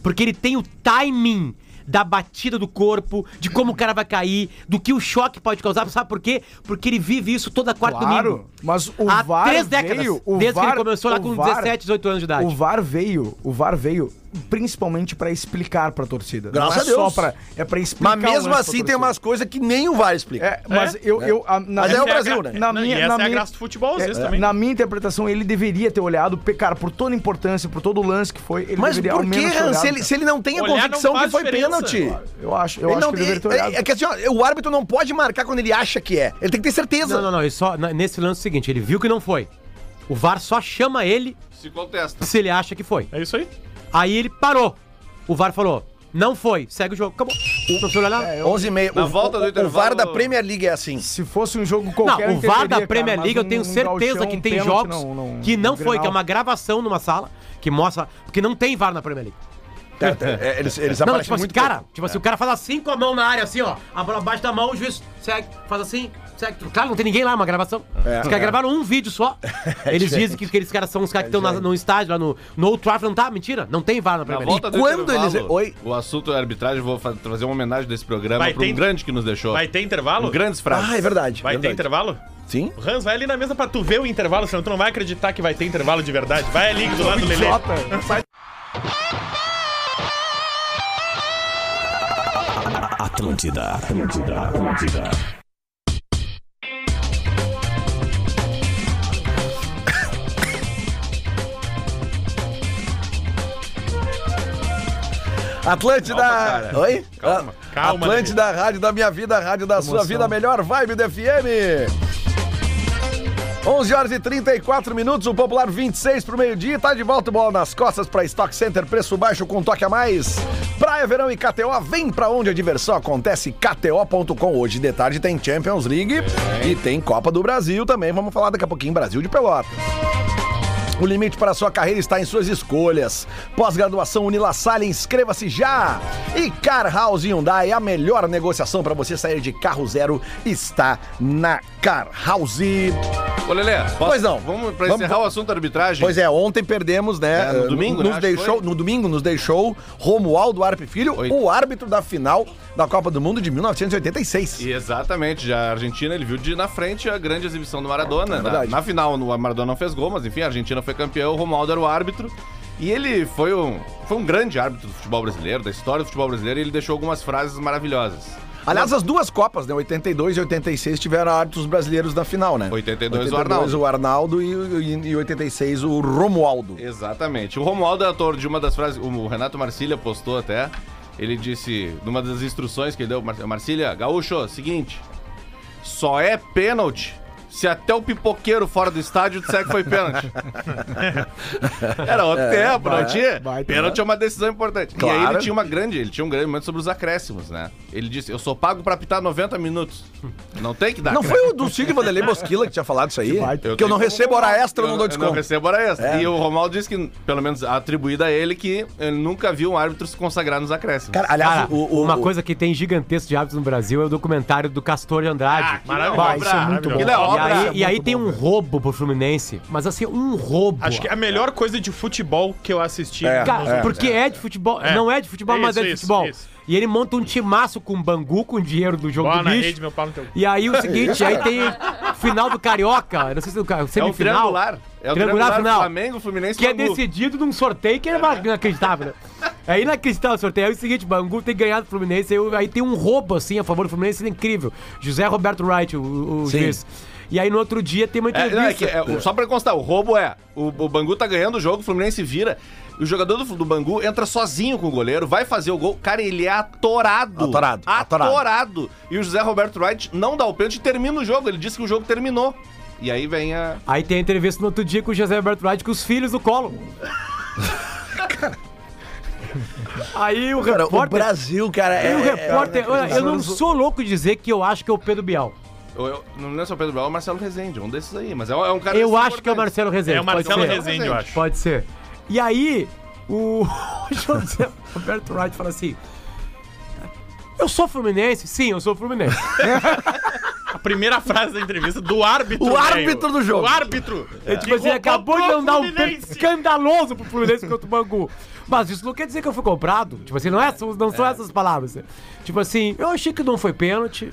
Porque ele tem o timing da batida do corpo, de como o cara vai cair, do que o choque pode causar. Sabe por quê? Porque ele vive isso toda quarta e Claro, domingo. mas o Há VAR três décadas, veio, o desde que VAR ele começou lá o com VAR 17, 18 anos de idade. O VAR veio, o VAR veio principalmente pra explicar pra torcida. Graças não é a Deus. só pra, é pra Mas explicar. o lance mesmo pra assim tem torcida. umas coisas que nem o VAR explica. É, mas eu, eu a- na Mas é o Essa Brasil, a gra- né? Na Não, minha, e essa na é a minha- graça do futebol, às é, vezes, também. Na minha interpretação, ele deveria ter olhado, pe- cara, por toda a importância, por todo o lance que foi, ele Mas deveria por ao que, menos ter Hans, olhado, se ele, cara. se ele não tem a Olhar não convicção que faz foi diferença. pênalti? Eu acho, eu Ele acho não que ele deveria ter tem- olhado. é, é que assim, ó, o árbitro não pode marcar quando ele acha que é. Ele tem que ter certeza. Não, não, não. Ele só, na- nesse lance é o seguinte, ele viu que não foi. O VAR só chama ele Se contesta. se ele acha que foi. É isso aí. Aí ele parou. O VAR falou, não foi, segue o jogo, acabou. Não precisa olhar nada. 11 e meia. Na O, volta do o- o, intervalo- VAR da Premier League é assim. Se fosse um jogo Não, qualquer. eu o VAR da entenderia, Premier cara, League eu mas tenho um certeza gauchão, que um tem pênalti, jogos não, não- que não um foi, que é Grenal. uma gravação numa sala que mostra que não tem VAR na Premier League. Tá, tá, é, eles, eles Não, aparecem tipo assim, muito É. cara, tipo assim, o cara faz assim com a mão na área, assim, ó. A bola abaixo da mão, o juiz segue, faz assim, segue. Claro, não tem ninguém lá, é uma gravação. Os caras gravaram um vídeo só. É Eles dizem que aqueles caras são os caras que estão no estádio, lá no, no Old Trafford. Não tá, mentira, não tem VAR Na na Premier League. volta E quando intervalo, eles- Oi? O assunto é arbitragem, vou fa- trazer uma homenagem desse programa Vai para pro ter- um grande que nos deixou. Vai ter intervalo? um grandes frases. Ah, é verdade. Vai ter verdade. intervalo? Sim. O Hans, vai ali na mesa pra tu ver o intervalo, senão tu não vai acreditar que vai ter intervalo de verdade. Vai ali do lado do Lelê. Atlântida, Atlântida, Atlântida. Atlântida. Oi? Calma, Ah, calma, Atlântida, rádio da minha vida, rádio da sua vida, melhor vibe do FM. 11 horas e 34 minutos, o Popular 26 pro meio-dia, tá de volta o bola nas costas pra Stock Center, preço baixo com toque a mais. Praia, verão e KTO, ah, vem pra onde a diversão acontece, KTO.com. Hoje de tarde tem Champions League e tem Copa do Brasil também, vamos falar daqui a pouquinho Brasil de Pelotas. O limite para a sua carreira está em suas escolhas. Pós-graduação Unilassalle, inscreva-se já! E Car House Hyundai, a melhor negociação para você sair de carro zero está na Car House. Ô, Lelê, posso- Pois não. Vamos pra Vamos- encerrar o assunto arbitragem. Pois é, ontem perdemos, né? É, no eh, domingo, nos né? Acho que deixou, foi. no domingo nos deixou Romualdo Arpe Filho, Oito. o árbitro da final da Copa do Mundo de 1986. E exatamente, já a Argentina, ele viu de na frente a grande exibição do Maradona. Na- É verdade. na, final, o Maradona não fez gol, mas enfim, a Argentina foi campeã, o Romualdo era o árbitro. E ele foi um, foi um grande árbitro do futebol brasileiro, da história do futebol brasileiro, e ele deixou algumas frases maravilhosas. Aliás, as duas Copas, né? 82 e 86 tiveram árbitros brasileiros na final, né? 82 o Arnaldo. o Arnaldo e, e, e 86 o Romualdo. Exatamente. O Romualdo é autor de uma das frases, o Renato Marcília postou até. Ele disse, numa das instruções que ele deu, Mar- Marcília, Gaúcho, seguinte. Só é pênalti se até o pipoqueiro fora do estádio disser que foi pênalti. Era É, outro tempo, não tinha? vai, pênalti é uma decisão importante. E aí né? Claro. ele tinha uma grande, ele tinha um grande momento sobre os acréscimos, né? Ele disse, eu sou pago pra apitar 90 minutos. Não tem que dar Não acréscimo. foi o do Cid Vanderlei Bosquila que tinha falado isso aí? baita. que eu não tenho- recebo hora extra, eu não dou Eu desconto. não recebo hora extra. É. E o Romualdo disse que, pelo menos atribuída a ele, que ele nunca viu um árbitro se consagrar nos acréscimos. Cara, aliás, Cara, o, o- uma o- coisa que tem gigantesco de hábitos no Brasil é o documentário do Castor de Ah, Andrade. Ah, Maravilhoso. Vai, isso é muito bom. Aquilo é e obra. aí, e aí tem um roubo pro Fluminense. Mas assim, um roubo. Acho que é a melhor coisa de futebol que eu assisti. É. nos Cara, últimos- porque é, de futebol. É. Não é de futebol, mas Isso, é de isso, futebol. isso. E ele monta um timaço com Bangu, com dinheiro do jogo Bola do na bicho. rede, meu pau no teu. E aí o seguinte, aí tem final do Carioca, não sei se do é Carioca, o semifinal, triangular. É o Triangular triangular final. Flamengo, Fluminense que é Bangu. decidido num sorteio que é inacreditável, né? É inacreditável o sorteio. Aí é o seguinte, Bangu tem ganhado o Fluminense, aí, aí tem um roubo, assim, a favor do Fluminense, incrível. José Roberto Wright, o, o juiz. E aí no outro dia tem uma É, entrevista. não, é que, é, o- só pra constar, o roubo é: o, o Bangu tá ganhando o jogo, o Fluminense vira. O jogador do, do Bangu entra sozinho com o goleiro, vai fazer o gol. Cara, ele é atorado. Atorado, atorado. Atorado. E o José Roberto Wright não dá o pênalti e termina o jogo. Ele disse que o jogo terminou. E aí vem a. Aí tem a entrevista no outro dia com o José Roberto Wright com os filhos do colo. Aí o Cara, o repórter. Brasil, cara, é. Aí o é- repórter. olha, eu não sou louco de dizer que eu acho que é o Pedro Bial. Eu, eu- não é só Pedro Bial, é o Marcelo Rezende, um desses aí. Mas é um, é um cara. Eu desses acho que é o importantes. Marcelo Rezende. É o Marcelo pode ser. Rezende, eu acho. Pode ser. E aí, o José Roberto Wright fala assim. Eu sou Fluminense? Sim, eu sou Fluminense. A primeira frase da entrevista do árbitro. O velho. árbitro do jogo. O árbitro. É tipo assim, acabou de mandar um pênalti escandaloso pro Fluminense contra o Bangu. Mas isso não quer dizer que eu fui comprado. Tipo assim, não, é, não são essas palavras. né? Tipo assim, eu achei que não foi pênalti.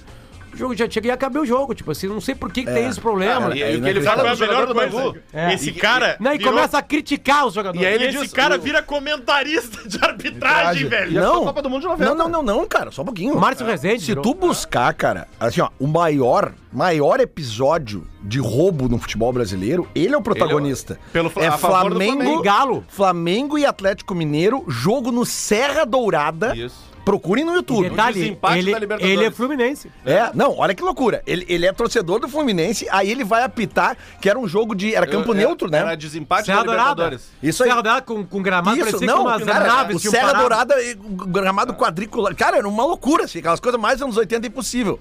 O jogo já tinha e acabei o jogo. Tipo assim, não sei por que, que tem esse problema. É. E aí, o que É ele Sabe fala qual é do a melhor jogador do coisa? Bangu? É. Esse cara. Não, e virou- começa a criticar os jogadores. E aí E ele esse diz- cara o- vira comentarista de arbitragem, velho. Já Não. né? foi Copa do Mundo de 90. Não, não, não, não, cara, só um pouquinho. Márcio É. Rezende. Se virou. tu buscar, cara, assim, ó, o maior, maior episódio de roubo no futebol brasileiro, ele é o protagonista. pelo Fla- é a favor do Flamengo, Flamengo. E Galo. Flamengo e Atlético Mineiro, jogo no Serra Dourada. Isso. Procurem no YouTube. um Detalhe, desempate ele, da Libertadores. ele é Fluminense. É, não, olha que loucura. Ele, ele é torcedor do Fluminense, aí ele vai apitar, que era um jogo de. Era campo Eu- neutro, né? É, Era desempate Serra da Dourada. Libertadores. Isso aí. Serra Dourada com, com gramado Isso, parecia não, que umas cara, o naves um tinham Serra um parado. Dourada, e o gramado quadriculado. Cara, era uma loucura, assim, aquelas coisas mais anos 80 impossível.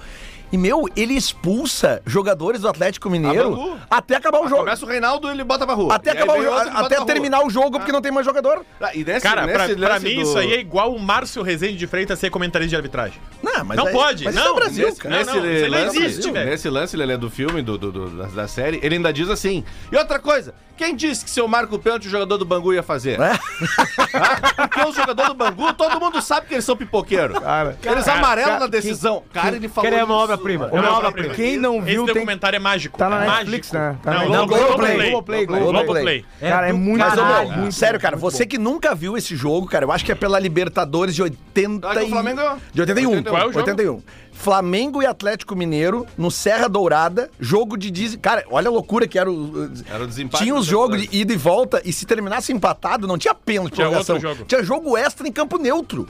E, meu, ele expulsa jogadores do Atlético Mineiro Abangu. até acabar o jogo. Ah, Começa o Reinaldo, ele bota pra rua. Até, E aí acabar o vem jo- outro, ele bota até pra terminar o jogo, porque não tem mais jogador. rua. Ah, e nesse- Cara, pra, nesse pra lance mim do- isso aí é igual o Márcio Rezende de Freitas ser comentarista de arbitragem. Não, mas não aí- pode, mas isso não. é o Brasil, nesse, cara. Não, não, isso aí não existe, velho. Nesse lance, Lelê, do filme, do, do- do- da, da série, ele ainda diz assim. E outra coisa, quem disse que se eu marco o pênalti, o jogador do Bangu ia fazer? É. Ah, Porque o jogador do Bangu, todo mundo sabe que eles são pipoqueiros. Cara, eles amarelam na decisão. cara, ele falou Cara, é uma isso. obra-prima. É Uma uma obra obra-prima. Quem não Esse viu tem que documentário é mágico. Tá na é Netflix, né? Tá na não, Netflix. não, Globoplay. Globoplay. Globoplay, Globoplay. Globoplay. Cara, é muito Mas, ô, meu, caralho, muito sério, cara, bom, muito você que nunca viu esse jogo, cara, eu acho que é pela Libertadores de 80 Ah, que e... um. o Flamengo ganhou. De 81. 81. Qual é o jogo? 81. Flamengo e Atlético Mineiro no Serra Dourada, jogo de... Diz... Cara, olha a loucura que era o... Era o desempate Tinha do os jogos de Atlético. ida e volta e se terminasse empatado, não tinha pênalti. de Tinha outro prorrogação. jogo. Tinha jogo extra em campo neutro.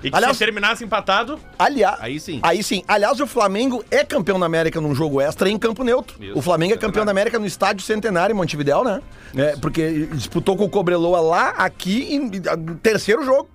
E que Aliás- se terminasse empatado, Aliás, Aí sim. Aí sim. Aliás, o Flamengo é campeão da América num jogo extra em campo neutro. Isso, o Flamengo é campeão centenário. da América no estádio Centenário em Montevidéu, né? É, porque disputou com o Cobreloa lá, aqui, em, em- terceiro jogo.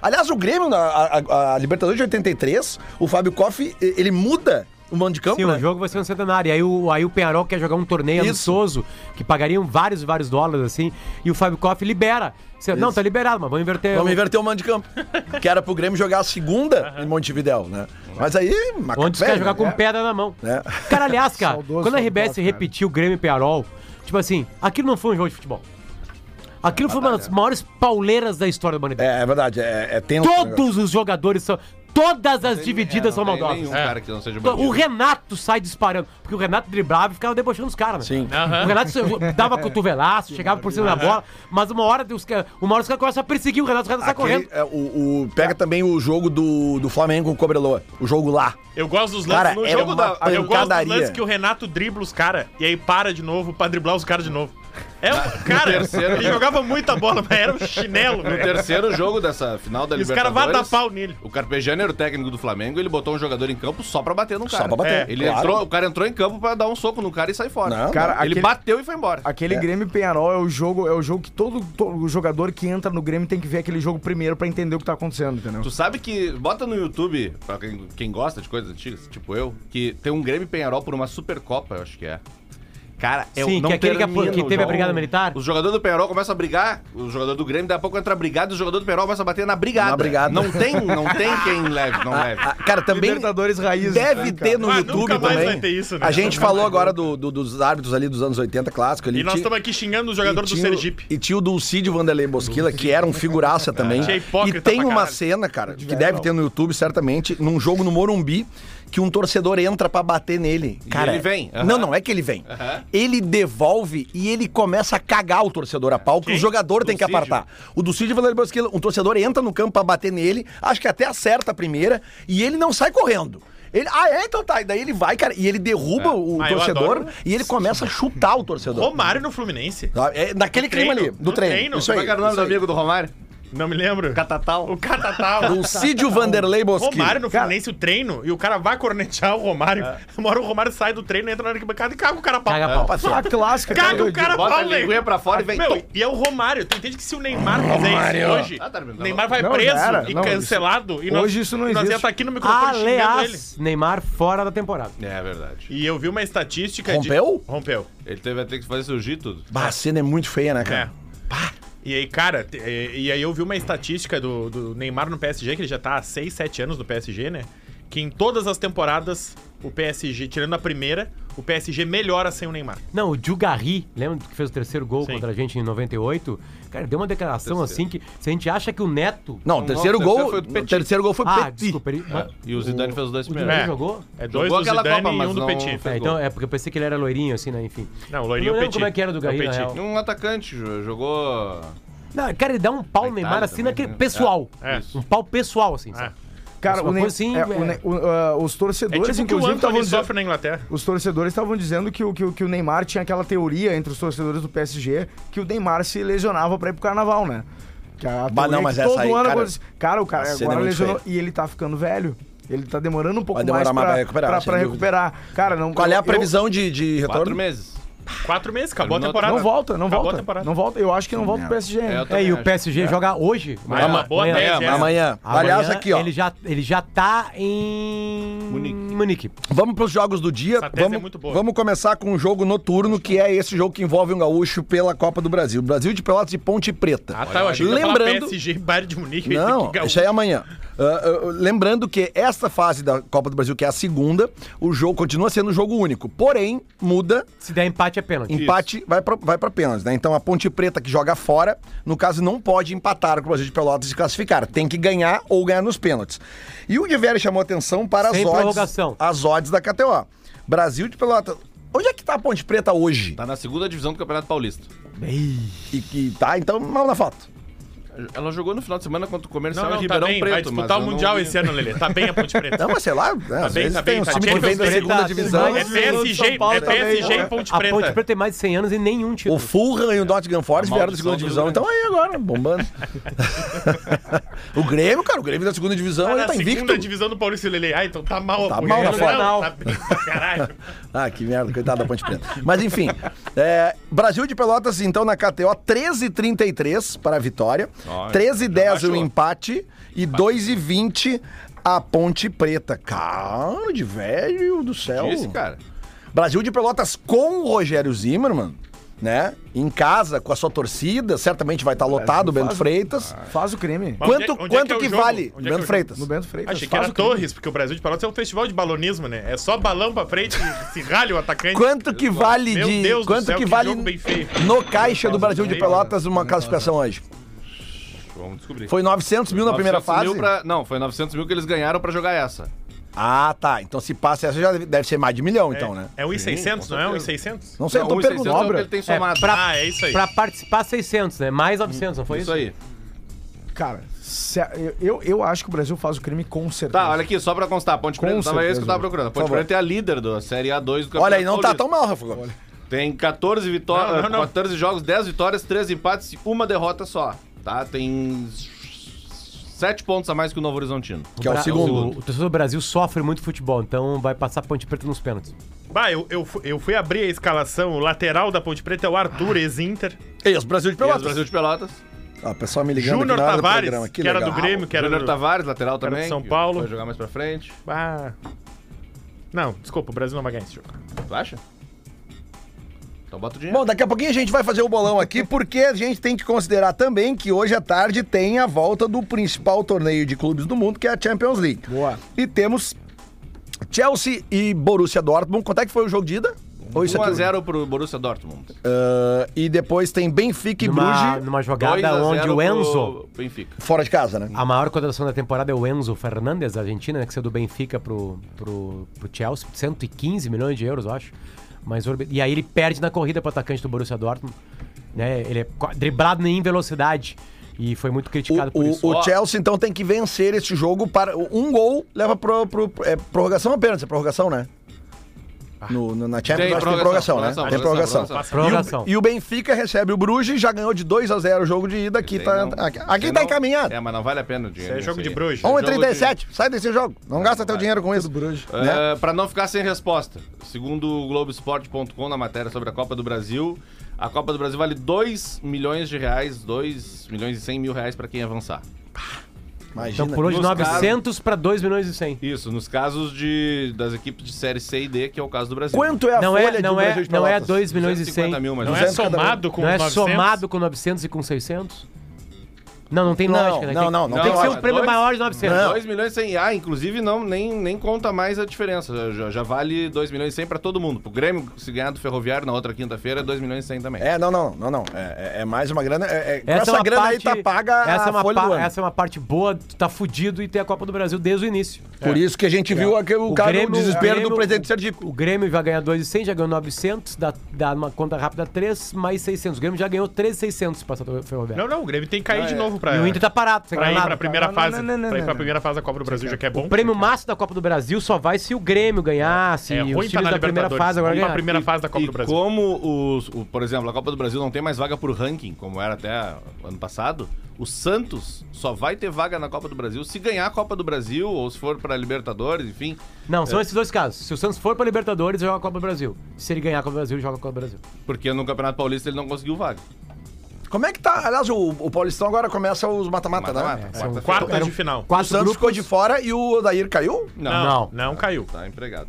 Aliás, o Grêmio, na a, a- a Libertadores de 83, o Fábio Koff, e- ele muda o mando de campo, Sim, né? o jogo vai ser no centenário. Aí o, aí o Penharol quer jogar um torneio Isso. amistoso, que pagariam vários, vários dólares, assim, e o Fábio Koff libera. Você, não, tá liberado, mas vamos inverter. Vamos o- inverter o mando de campo. que era pro Grêmio jogar a segunda em Montevidéu, né? Mas aí... macaco Onde você quer velho, jogar né? com pedra na mão. É. Cara, aliás, cara, Saudoso quando a Fábio RBS Koff, cara. repetiu o Grêmio e Penharol, tipo assim, aquilo não foi um jogo de futebol. Aquilo foi uma das maiores pauleiras da história da humanidade. É, é verdade, é, é tenso. o negócio. Todos os jogadores são. Todas as divididas são Não tem maldosas. nenhum cara que é. não seja Então, O bandido. Renato sai disparando. Porque o Renato driblava e ficava debochando os caras, né? Sim. O Renato se- dava cotovelaço, chegava por cima da bola, mas uma hora os caras uma hora os caras começam a perseguir o Renato, o Renato Tá sai Aquele- correndo. é, o, o- pega também o jogo do, do Flamengo com o Cobreloa. O jogo lá. eu gosto dos lances Cara, no é jogo uma da. Eu gosto dos pancadaria. lances que o Renato dribla os caras e aí para de novo pra driblar os caras de novo. É um cara, terceiro- ele jogava muita bola, mas era um chinelo, No velho. é terceiro jogo dessa final da E os caras Libertadores... vão dar pau nele. O Carpegiani era o técnico do Flamengo, ele botou um jogador em campo só pra bater no cara. pra bater, É, ele claro. entrou, o cara entrou em campo pra dar um soco no cara e sair fora. Não, Cara, ele aquele- bateu e foi embora. Aquele Grêmio e Penharol é o jogo, é o jogo que todo, todo jogador que entra no Grêmio tem que ver aquele jogo primeiro pra entender o que tá acontecendo, entendeu? Tu sabe que, bota no YouTube, pra quem, quem gosta de coisas antigas, tipo eu, que tem um Grêmio e Penharol por uma Supercopa, eu acho que é. Cara, é Sim, o- não que é aquele que a- termina que o teve a jogo. brigada militar? Os jogadores do Penharol começam a brigar, o jogador do Grêmio, daqui a pouco entra brigado, o jogador do Penharol começa a bater na brigada. Na brigada. Não tem, não tem quem leve, não leve. Ah, cara, também É. Libertadores raiz. deve né, cara? ter no Ah, nunca YouTube mais também. vai ter isso, né? A gente falou agora do- do- dos árbitros ali dos anos 80 clássico ali. E nós Tinha- estamos aqui xingando o jogador do tinha o- Sergipe. E tinha o Dulcídio Vanderlei Bosquila, que era um figuraça também. Achei hipócrita E tem pra uma caralho. cena, cara, que deve ter no YouTube, certamente, num jogo no Morumbi, que um torcedor entra pra bater nele. Cara, ele vem, aham. Não, não é que ele vem. Ele devolve e ele começa a cagar o torcedor a pau, que o jogador tem que Dulcídio? apartar. O Dulcídio Vanderlei Bosquila, um torcedor entra no campo pra bater nele, acho que até acerta a primeira, e ele não sai correndo. Ele, ah, é, então tá. E daí ele vai, cara, e ele derruba o Ah, eu torcedor adoro. e ele começa a chutar o torcedor. Romário no Fluminense. Tá? É naquele Do clima treino, ali, do do treino. treino. Isso Como é aí. que era o nome isso do aí. amigo do Romário? Não me lembro. Catatal. O Catatal. Dulcídio Vanderlei Bosquilha. Tá, Romário no Fluminense, o treino, e o cara vai cornetear o Romário. Uma hora o Romário sai do treino, entra na arquibancada e caga o cara a pau. Caga a pau. A clássica, Caga cara, o cara a Bota a pau, velho. linguinha pra fora e vem. Meu, Então- e é o Romário. Tu entende que se o Neymar fizer isso hoje, Ah, tá, não. o Neymar vai Não, preso já era. e Não, cancelado. e hoje isso não e Nós ia existe. estar aqui no microfone xingando ele. Aliás, Neymar fora da temporada. É verdade. E eu vi uma estatística Rompeu? de... Rompeu? Ele teve até que fazer cirurgia e tudo. Bah, a cena é muito feia, né, É. cara? E aí, cara, te- e, e aí eu vi uma estatística do, do Neymar no PSG, que ele já tá há 6, 7 anos no PSG, né? Que em todas as temporadas, o PSG, tirando a primeira, o PSG melhora sem o Neymar. Não, o Djugarri, lembra que fez o terceiro gol Sim. contra a gente em 98? Cara, deu uma declaração assim que se a gente acha que o Neto. Não, o terceiro não, o gol. terceiro foi do o Petit. terceiro gol foi ah, Petit. desculpa, ele. mas- E o Zidane fez os dois O primeiros. Djugarri É. jogou? É dois Jogou do aquela Zidane Copa, e mas um do não Petit. fez É, então, é porque eu pensei que ele era loirinho, assim, né? Enfim. Não, o Eu loirinho não é o lembro Petit. como é que era do É o Garrinho, na Petit. real. Um atacante jo- jogou. Não, cara, ele dá um pau no Neymar Itália assim, também, naquele né? pessoal. É, é. Um pau pessoal, assim. É. sabe? cara, Uma o Ne- coisa assim, é, o Ne- é. o, ah, os É torcedores, tipo que o inclusive, um estavam Anthony dizendo. sofre na Inglaterra. Os torcedores estavam dizendo que o, que, o- que o Neymar tinha aquela teoria entre os torcedores do PSG que o Neymar se lesionava pra ir pro carnaval, né? Que a Bah, teoria é não, mas que essa todo aí, ano cara, acontece- cara, o cara a cena é agora muito lesionou feia. e ele tá ficando velho. Ele tá demorando um pouco Vai demorar mais mais pra, pra recuperar, pra- sem pra dúvida. recuperar. Cara, não Qual é eu- a eu- previsão de, de Quatro retorno? meses. Quatro meses, acabou a Terminou- temporada. Não volta, não Acabou a volta. temporada. Não volta. Eu acho que não volta pro PSG. É, eu É, também e o acho. PSG joga hoje. Mas é uma boa amanhã. tese, Amanhã. Amanhã, Aliás, aqui, ó. Ele já, ele já tá em. Munique. Manique. Vamos pros jogos do dia. Essa tese Vamos, é muito boa. vamos começar com um jogo noturno, que é esse jogo que envolve um gaúcho pela Copa do Brasil. Brasil de Pelotas e Ponte Preta. Ah, tá, eu achei que ia falar Lembrando. PSG, Bayern de Munique. um. Não, que gaúcho. isso aí é amanhã. Ah, ah, lembrando que esta fase da Copa do Brasil, que é a segunda, o jogo continua sendo um jogo único. Porém, muda Se der empate, é pênalti. Empate vai pra, vai pra pênalti, né? Então a Ponte Preta que joga fora, no caso, não pode empatar com o Brasil de Pelotas e se classificar. Tem que ganhar ou ganhar nos pênaltis. E o Diverio chamou atenção para Sem as odds, prorrogação. as odds da KTO. Brasil de Pelotas. Onde é que tá a Ponte Preta hoje? Tá na segunda divisão do Campeonato Paulista. E que tá, então, mal na foto. Ela jogou no final de semana contra o Não, Comercial não, em tá Ribeirão bem. Preto. vai disputar mas o eu Mundial não- esse ano, Lelê. Tá bem a Ponte Preta. Não, mas sei lá, né? às bem, vezes tá tem bem, um tá time bem. que vem da Tá bem. segunda Tá, divisão. é PSG, é PSG e Ponte A Preta. Ponte Preta tem mais de 100 anos e nenhum O título. Fulham e o Nottingham Forest A vieram da segunda divisão, né? maldição do então aí agora, bombando. o Grêmio, cara, o Grêmio da segunda divisão, Tá ele na tá invicto. segunda divisão do Paulista e Lelê. Ah, então tá mal. Tá pô. mal na Não, foto. Tá bem pra caralho. Ah, que merda, coitado da Ponte Preta. Mas enfim, é, Brasil de Pelotas, então, na KTO, 13,33 para a vitória, Ó, 13,10 já o baixou. empate e 2,20 a Ponte Preta. Cara, de velho do céu. Disse, cara. Brasil de Pelotas com o Rogério Zimmermann, né? Em casa, com a sua torcida, certamente vai estar lotado o Bento faz- Freitas. Faz o creme. Ah. Mas onde Quanto- é- onde é quanto é o que jogo? vale, Onde é que é o Bento jogo? Freitas? No Bento Freitas. Achei que faz era o creme. Torres, porque o Brasil de Pelotas é um festival de balonismo, né? É só balão pra frente e se ralha o atacante. Quanto que vale Meu de. Deus do quanto céu, que que vale jogo bem feio. no caixa do Brasil de bem feio, Pelotas uma classificação hoje? Vamos descobrir. Foi 900 mil na primeira 900 fase? mil pra- não, foi 900 mil que eles ganharam pra jogar essa. Ah, tá. Então se passa essa já deve- deve ser mais de milhão, então, né? É 1,600, não um é 1,600? Não sei, eu tô Não, 1.600 perguntando. é o que obra. Ele tem É, somado. Ah, é isso aí. Pra participar, 600, né? Mais 900, não foi Isso isso? aí. Cara, se- eu- eu, eu acho que o Brasil faz o creme com certeza. Tá, olha aqui, só pra constar, a Ponte Com Preta tava certeza. esse que eu tava procurando. A Por Ponte favor. Preta é a líder da Série A2 do Campeonato Olha aí, não tá Paulista. tão mal, Rafa. Tem 14 vitórias, Não, não, não. 14 jogos, 10 vitórias, 3 empates e uma derrota só, tá? Tem 7 pontos a mais que o Novo Horizontino. Que é o Pra- O, o segundo. torcedor do Brasil sofre muito futebol, então vai passar Ponte Preta nos pênaltis. Bah, eu, eu, fu- eu fui abrir a escalação, o lateral da Ponte Preta é o Arthur, ex-Inter. Isso, Brasil de E as Pelotas. Brasil de Pelotas. Ó, o pessoal me ligando aqui Júnior na hora do Tavares, programa. que, era do legal. Grêmio, que era Júnior do... Tavares, lateral era do também. São que Paulo. Vai jogar mais pra frente. Ah. Não, desculpa, o Brasil não vai ganhar esse jogo. Tu acha? Então bota o dinheiro. Bom, daqui a pouquinho a gente vai fazer o bolão aqui, porque a gente tem que considerar também que hoje à tarde tem a volta do principal torneio de clubes do mundo, que é a Champions League. Boa. E temos Chelsea e Borussia Dortmund. Quanto é que foi o jogo de ida? Ou isso aqui? 1x0 pro Borussia Dortmund. Ah, e depois tem Benfica e numa, Bruges 2 numa a jogada 0 onde o pro Enzo. Benfica. fora de casa, né? A maior contratação da temporada é o Enzo Fernandes, da Argentina, né, que saiu do Benfica pro, pro, pro Chelsea, 115 milhões de euros, eu acho. Mas, o- e aí ele perde na corrida pro atacante do Borussia Dortmund. Né? Ele é qua- driblado em velocidade e foi muito criticado O, por o- isso. o Chelsea, então, tem que vencer esse jogo para. Um gol leva pro, pro, é, prorrogação apenas, é prorrogação, né? Ah. No, no- na Champions acho Tem que É, tem prorrogação, prorrogação, né? prorrogação, tem prorrogação. prorrogação. Prorrogação. E o, e o Benfica recebe o Bruges, já ganhou de 2 a 0 o jogo de ida. Aqui Esse tá, aí não- aqui, esse aqui aí tá não- encaminhado. É, mas não vale a pena o dinheiro. Isso é jogo nesse de aí. bruxo. 1,37. Sai desse jogo. Não gasta teu vai. dinheiro com isso. Né? É, pra não ficar sem resposta, segundo o Globoesporte.com na matéria sobre a Copa do Brasil, a Copa do Brasil vale 2 milhões de reais, 2 milhões e 100 mil reais pra quem avançar. Imagina. Então pulou de nos 900 para 2 milhões e 100. Isso, nos casos de, das equipes de Série C e D, que é o caso do Brasil. Quanto é a Não folha é, de não Brasil é, de não é Pelotas? 2 milhões e 100. 150 mil, mais ou Não é 200 menos. cada somado com Não os é 900? somado com 900 e com 600? Não, não tem Não, lógica. né? não, Tem- não, não tem Tem que ser um lógica. prêmio Dois- maior de 900. Não. 2 milhões e 100. Ah, inclusive não, nem, nem conta mais a diferença. Já, já vale 2 milhões e 100 pra todo mundo. Pro Grêmio, se ganhar do Ferroviário na outra quinta-feira, 2 milhões e 100 também. É, não, não, não, não. É, é- é mais uma grana. é- é- com Essa, essa é uma grana parte, aí tá paga essa a é uma folha do pa- ano. Essa é uma parte boa, tu tá fudido e tem a Copa do Brasil desde o início. Por isso que a gente viu aqui o, cara, o desespero é. Grêmio- do presidente Sergipe. O Grêmio vai ganhar 2,100, já ganhou 900, dá, dá uma conta rápida 3 mais 600. O Grêmio já ganhou 3,600 se passar do Ferroviário. Não, não, é. o Grêmio tem que cair de novo pra... E o Inter tá parado, sem Pra ir ganhar pra nada. primeira Não, não, fase. não, não, não, pra ir pra não. primeira fase da Copa do Brasil, já que é bom. O prêmio máximo da Copa do Brasil só vai se o Grêmio ganhar, se é os ruim tá times na da primeira Libertadores. fase agora Vamos pra ganhar. primeira fase da Copa e do Brasil. como, os, o- por exemplo, a Copa do Brasil não tem mais vaga por ranking, como era até ano passado, o Santos só vai ter vaga na Copa do Brasil se ganhar a Copa do Brasil ou se for pra Libertadores, enfim. Não, são esses dois casos. Se o Santos for pra Libertadores, joga a Copa do Brasil. Se ele ganhar a Copa do Brasil, joga a Copa do Brasil. Porque no Campeonato Paulista ele não conseguiu vaga. Como é que tá? Aliás, o, o Paulistão agora começa os mata-mata, né? Mata-mata. É. Quarta-feira. Quartas eram de final. O Quatro Santos grupos. ficou de fora e o Odair caiu? Não, não, Não. caiu. Tá empregado.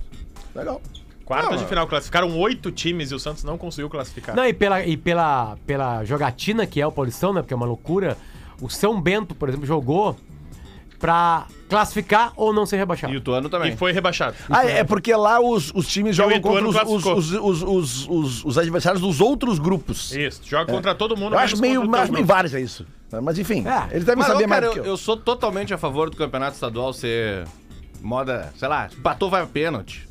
Legal. Quartas Não, de final classificaram oito times e o Santos não conseguiu classificar. Não, e pela, e pela, pela jogatina que é o Paulistão, né? Porque é uma loucura. O São Bento, por exemplo, jogou pra classificar ou não ser rebaixado. E o Tuano também. E foi rebaixado. Ah, é porque lá os, os times jogam o Ituano contra os, os, classificou. os, os, os- os- os adversários dos outros grupos. Isso, joga contra todo mundo. Eu acho menos meio, é contra o teu acho meio grupo. várzea isso. Mas enfim, É. eles devem Mas, saber ô, mais cara, do que eu, eu. eu sou totalmente a favor do campeonato estadual ser moda, sei lá, empatou vai a pênalti.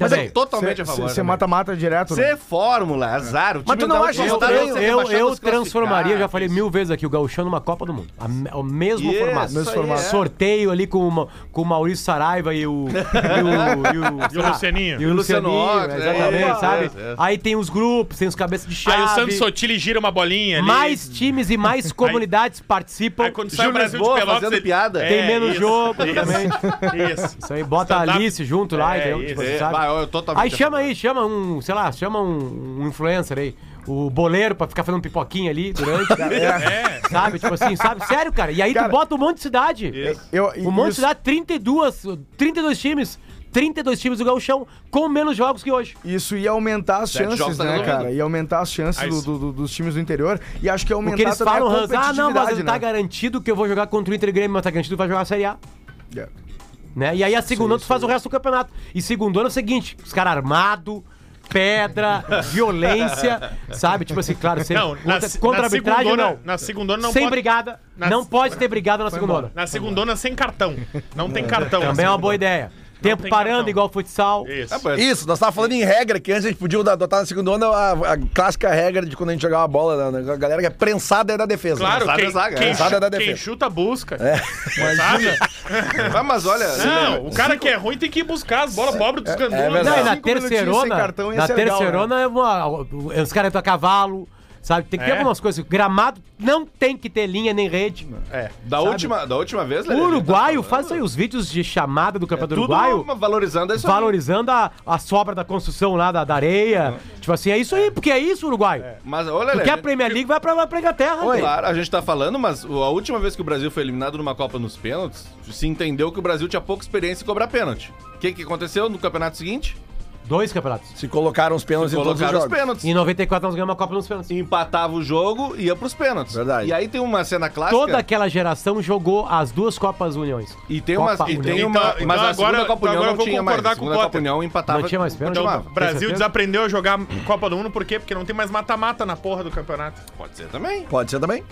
Mas Também. é totalmente a favor. Você também. mata-mata direto. né? Ser fórmula, azar. O time um Mas tu não tava- acha o isso tava também? sendo Eu, rebaixado, eu se transformaria, classificar. já falei mil vezes aqui, o Gauchão numa Copa do Mundo. A me- o mesmo Isso formato. Mesmo aí, formato. é. Sorteio ali com, uma, com o Maurício Saraiva e o. E o, E o Lucianinho. E o Luciano Lucianinho, Ox, exatamente, é, sabe? é, é. Aí tem os grupos, tem os cabeças de chave. Aí o Santos Sotile gira uma bolinha ali. Mais times e mais comunidades participam. Aí quando sai o Júlio Brasil Lisboa de Pelotas... fazendo ele- É, piada. Tem menos jogo isso, Isso. Isso aí, bota a Stand-up. Alice junto lá, É, entendeu? Tipo, isso. É, sabe? vai, eu totalmente Aí a chama favor. aí, chama um, sei lá, chama um, um influencer aí, o boleiro pra ficar fazendo pipoquinha ali durante, É. sabe? Tipo assim, sabe? Sério, cara. E aí Cara, tu bota um monte de cidade. Eu, Um monte de isso- cidade, 32, 32 times. 32 times do Gauchão com menos jogos que hoje. Isso ia aumentar as Sete chances, jogos tá né, resolvido. cara? Ia aumentar as chances Aí do- sim. do- do- dos times do interior. E acho que ia aumentar Porque eles também falam, a Hans, ah, é competitividade, não, mas né? tá garantido que eu vou jogar contra o Inter e Grêmio, mas tá garantido que vai jogar a Série A. Yeah. Né? E aí a segunda tu faz o resto do campeonato. E segundo ano é o seguinte, os caras armado, pedra, violência, sabe? Tipo assim, claro, sempre Não, na, contra, contra a na arbitragem segundona, não. na segundona não sem pode... brigada, na- não pode ter brigada na segundona. Na segundona sem cartão. Não tem cartão. na Também é uma boa segundona. ideia. Tempo tem parando, cartão. igual futsal. Isso. É Ah, pô, Isso, nós tava falando em regra, que antes a gente podia adotar na segunda onda a, a clássica regra de quando a gente jogava a bola, né? a galera que é prensada é da defesa. Claro, Sabe quem, a zaga, quem né? chu- Sabe da quem defesa. É. chuta busca. Imagina. Ah, mas olha. Não, o cara que é ruim tem que ir buscar as bolas pobres dos gandulas. É, verdade. Não, e na Cinco minutinhos sem terceirona, cartão ia na ser né? legal, terceirona é uma, os caras entram a cavalo, sabe? Tem que ter É. algumas coisas. Gramado não tem que ter linha nem rede. Da última, da última vez, O Lelê, uruguaio, tá falando. faz aí os vídeos de É chamada do campeonato Tudo uruguaio. uma- valorizando É isso. aí. valorizando a, a sobra da construção lá, da, da areia. Tipo assim, é isso aí, porque é isso, Uruguai. Mas olha, Porque Lelê, a Premier League vai pra, vai pra Inglaterra. né? velho. Claro, a gente tá falando, mas o- a última vez que o Brasil foi eliminado numa Copa nos pênaltis, se entendeu que o Brasil tinha pouca experiência em cobrar pênalti. O que, que aconteceu no campeonato seguinte? Dois campeonatos. Se colocaram os pênaltis em todos os Colocaram os jogos. pênaltis. Em 94 nós ganhamos a Copa nos pênaltis. Empatava o jogo e ia pros pênaltis. Verdade. E aí tem uma cena clássica. Toda aquela geração jogou as duas Copas Uniões. E tem Copa umas. E União. tem Então- uma, então mas a agora- segunda Copa então União agora eu não vou tinha mais. concordar A com o segunda Copa Potter. União empatava. Não tinha mais pênalti? Então, continuava. Então, O Brasil certeza? desaprendeu a jogar Copa do Mundo, por quê? Porque não tem mais mata-mata na porra do campeonato. Pode ser também. Pode ser também.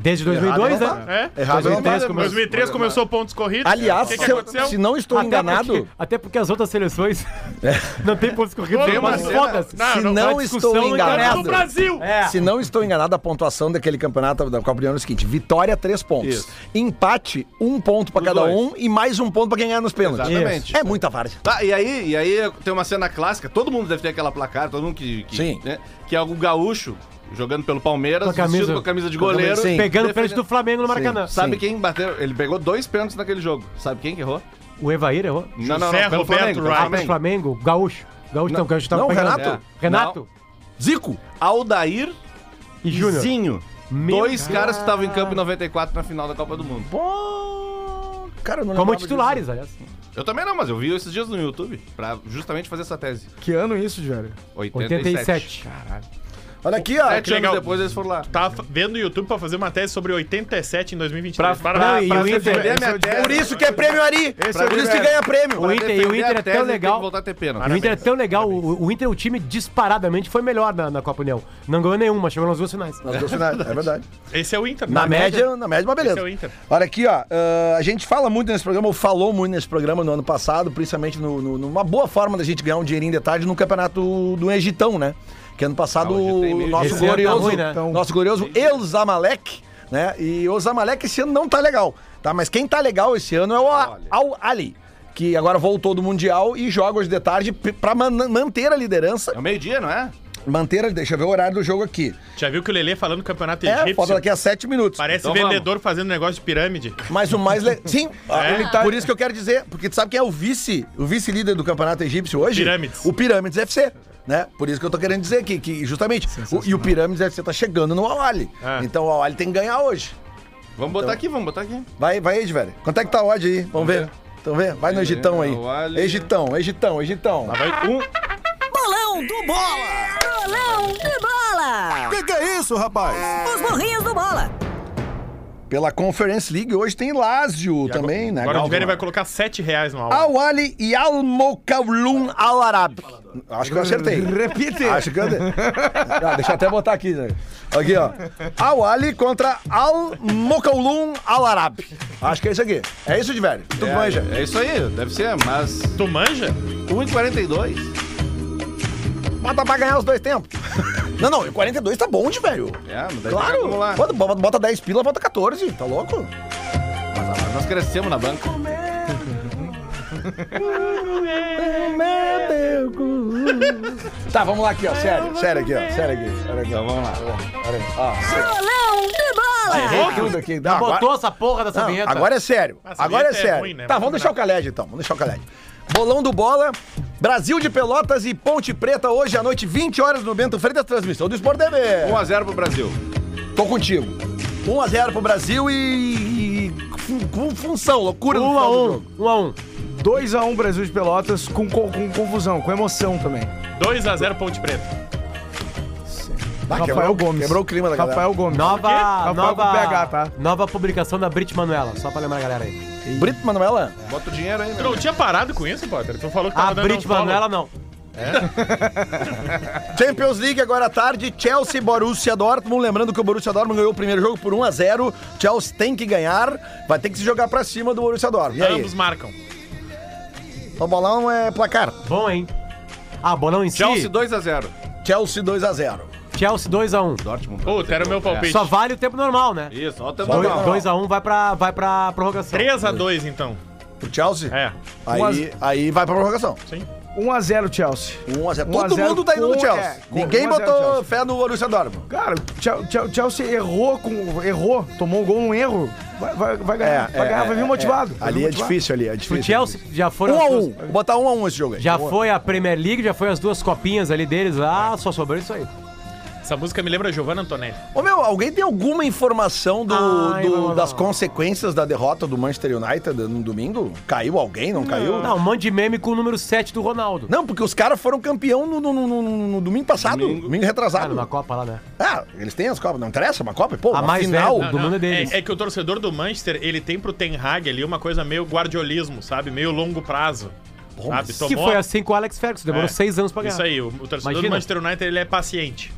Desde 2002, Errado, né? É? Errado não tá. 2003 Em 2003 começou pontos corridos. Aliás, o que, que se, eu- aconteceu? se não estou enganado, Porque, até porque as outras seleções não tem pontos corridos, Tem uma mas cena- foda-se. Não, se não, não, a discussão estou não interessa. Era do enganado, Brasil! É. se não estou enganado, a pontuação daquele campeonato da Copa do Ano é o seguinte: vitória, três pontos. Isso. Empate, um ponto pra Os cada dois. um e mais um ponto pra quem ganhar nos pênaltis. Exatamente. É muita várzea. Tá, e aí, e aí tem uma cena clássica, todo mundo deve ter aquela placar, todo mundo que. que Sim. né, que é o gaúcho jogando pelo Palmeiras, Com a camisa- vestido com a camisa de com a camisa- goleiro. sim. Pegando o defendendo- pênalti do Flamengo no Maracanã. Sabe Sim. quem bateu? Ele pegou dois pênaltis naquele jogo. Sabe quem que errou? O Evair errou. não, não, Roberto pelo Flamengo, pelo Wright. Ah, mas Flamengo. Flamengo, Gaúcho. Gaúcho não, Não, Gaúcho tava não, pegando. Renato. É. Renato Zico, Aldair e e Júnior. Zinho. Meu dois Deus. caras que estavam em campo em 94 na final da Copa do Mundo. cara, eu não Como lembrava titulares, aliás. Eu também não, mas eu vi esses dias no YouTube pra justamente fazer essa tese. Que ano isso, velho? 87. disso. Olha aqui, Ah, ó. Sete Que legal. anos depois eles foram lá. Tava Tá f- vendo o YouTube pra fazer uma tese sobre 87 em 2023. Pra- Parabéns. Não, e pra o Inter, defender esse é o minha tese. Por isso que é prêmio Ari. Esse é o Por isso de- que ganha prêmio. O Inter, e o defender Inter a é tese, tão tem que legal. voltar a ter pênalti. O Inter é tão legal. O, o Inter é o time disparadamente foi melhor na, na Copa União. Não ganhou nenhuma, chegou nas duas finais. Nas duas finais, é verdade. Esse é o Inter. Na média, na média, uma beleza. Esse é o Inter. Olha aqui, ó. ah, a gente fala muito nesse programa, ou falou muito nesse programa no ano passado, principalmente no, no- numa boa forma da gente ganhar um dinheirinho de tarde no campeonato do Egitão, né? Que ano passado Ah, o Egito tem o meio nosso dinheiro. Esse ano tá glorioso, Então, ruim, né? nosso glorioso El Zamalek, né? E o Zamalek esse ano não tá legal, tá? Mas quem tá legal esse ano é o Olha. Al Ali. Que agora voltou do Mundial e joga hoje de tarde p- pra man- manter a liderança. É o meio-dia, não é? Manter a, Deixa eu ver o horário do jogo aqui. Já viu que o Lelê falando do campeonato É, falta egípcio? daqui a sete minutos. Parece Então vamos. vendedor fazendo negócio de pirâmide. Mas o mais legal. Sim, ele tá- por isso que eu é quero dizer, porque tu sabe quem é o vice, o vice-líder do campeonato egípcio hoje? Pirâmides. O Pirâmides FC. Né? Por isso que eu tô querendo dizer aqui, que justamente. o- e o Pirâmides FC tá chegando no Awali. É. Então o Awali tem que ganhar hoje. Vamos Então. botar aqui, vamos botar aqui. Vai, vai, Edvelho. Quanto é que tá a odd aí? Vamos ver. Então vê, vai no Vamos ver. Egitão aí. Awali. Egitão, Egitão, Egitão. Vai É um. Bolão do Bola! Bolão do Bola! Que que é isso, rapaz? Os burrinhos do Bola! Pela Conference League hoje tem Lazio também, né? Agora o Galvão? Adveni vai colocar 7 reais no aula. Awali e Al Mokaulun Al Arab. Acho que eu acertei. Repite. Acho que eu. Ah, deixa eu até botar aqui. Né? Aqui, ó. Awali contra Al Mokaulun Al Arab. Acho que é isso aqui. É isso, de velho. Tu Então É, manja. É isso aí, deve ser, mas. Tu manja? 1,42. Bota pra ganhar os dois tempos. não, não, 42 tá bom, de velho. É, mas daí Claro. vamos lá. Bota, bota- bota 10 pila, bota 14. Tá louco? Mas ah, Nós crescemos na banca. Tá, vamos lá aqui, ó. Sério, sério aqui, ó. Sério aqui. Sério aqui. Então vamos lá. Sério aqui. Ó, Bolão do Bola! sério tudo aqui. Não, Já agora- botou essa porra dessa Não, vinheta. agora é sério. Essa Agora é vinheta é sério. ruim, né? Tá, Vamos vamos deixar o Caled então. Vamos deixar o Caled. Bolão do Bola, Brasil de Pelotas e Ponte Preta hoje à noite, 20 horas no Bento Freitas, transmissão do Sport TV. 1x0 pro Brasil. Tô contigo. 1x0 pro Brasil e. e fun- com função, loucura é no 1 final a do 1 jogo. 1 a 1 2x1 Brasil de Pelotas com, co- com confusão, com emoção também. 2x0 Ponte Preta. Ah, Rafael quebrou- Gomes. Quebrou o clima da galera. Rafael Gomes. É Nova, Rafael nova, com PH, tá? nova publicação da Brit Manuela, só pra lembrar a galera aí. Brito Manuela? Bota o dinheiro aí, Tu né? não tinha parado com isso, Potter? Tu Tá falou que tava A dando um Brit follow. Manuela não. Champions League agora à tarde, Chelsea, Borussia Dortmund. Lembrando que o Borussia Dortmund ganhou o primeiro jogo por 1x0. Chelsea tem que ganhar, vai ter que se jogar pra cima do Borussia Dortmund. E aí? Ambos marcam. O bolão é placar. Bom, hein? Ah, bolão em si? Chelsea 2x0. Chelsea 2x0. Chelsea 2x1. Dortmund. Puta, era o meu palpite. É. Só vale o tempo normal, né? Isso, olha o tempo Dois- normal. 2x1 vai pra, vai pra prorrogação. 3x2, então. Pro Chelsea? É. Aí, aí vai pra prorrogação. 1x0 Chelsea. 1x0. 1 a 0 Todo mundo tá indo no com- Chelsea. é, com- Ninguém 1 a 0 botou Chelsea. fé no Borussia Dortmund. Cara, o Chel- Chel- Chelsea errou, com, errou, tomou um gol, um erro. Vai, vai- vai ganhar, vai, É, ganhar vai vir motivado. vai Ali vir é motivado. difícil, ali é Pro difícil. Chelsea já foram. 1x1. as Um duas- Vou botar 1x1 um esse jogo aí. Já foi a Premier League, já foi as duas copinhas ali deles lá, só sobrou isso aí. Essa música me lembra Giovanna Antonelli. Ô meu, alguém tem alguma informação do, Ai, do- não, não. das consequências da derrota do Manchester United no domingo? Caiu alguém? Não caiu? Não, mande um meme com o número 7 do Ronaldo. Não, porque os caras foram campeão no, no- no- no- no domingo passado, domingo, Domingo. Ah, retrasado. numa Copa lá, né? Ah, eles têm as Copas, não interessa, uma Copa? Pô, A uma mais final. velha, O do mundo é deles. É, que o torcedor do Manchester, ele tem pro Ten Hag ali uma coisa meio guardiolismo, sabe? Meio longo prazo. sabe? Que foi assim com o Alex Ferguson, demorou É. seis anos pra ganhar. Isso aí, o, o torcedor do Imagina. Manchester United, ele é paciente.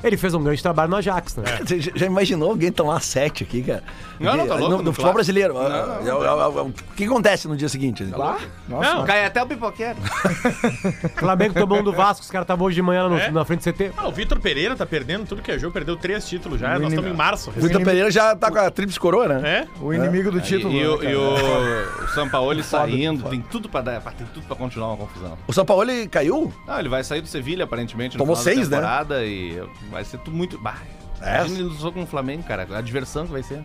Ele fez um grande trabalho no Ajax, né? É. Você já já imaginou alguém tomar sete aqui, cara? Não, não, tá louco, No, no no futebol clássico. brasileiro. ah, é, é, é, é, O que acontece no dia seguinte? Ah, nossa, Não, Cai até o pipoqueiro. O Flamengo tomou um do Vasco, os caras estavam hoje de manhã lá no- É? na frente do CT. Ah, o Vitor Pereira tá perdendo tudo que é jogo, perdeu três títulos já. Nós Mínimo. estamos em março. O Vitor Pereira já tá com a tríplice coroa, né? É? o inimigo do Tipo, título. E, o, né, e cara? o, o Sampaoli saindo, tem tudo pra dar, tem tudo pra continuar uma confusão. O São Paulo ele caiu? Não, ele vai sair do Sevilha, aparentemente, no Tomou final seis, da né? temporada e vai ser tudo muito... Bah, É? imagina ele no jogo com o Flamengo, cara, a diversão que vai ser.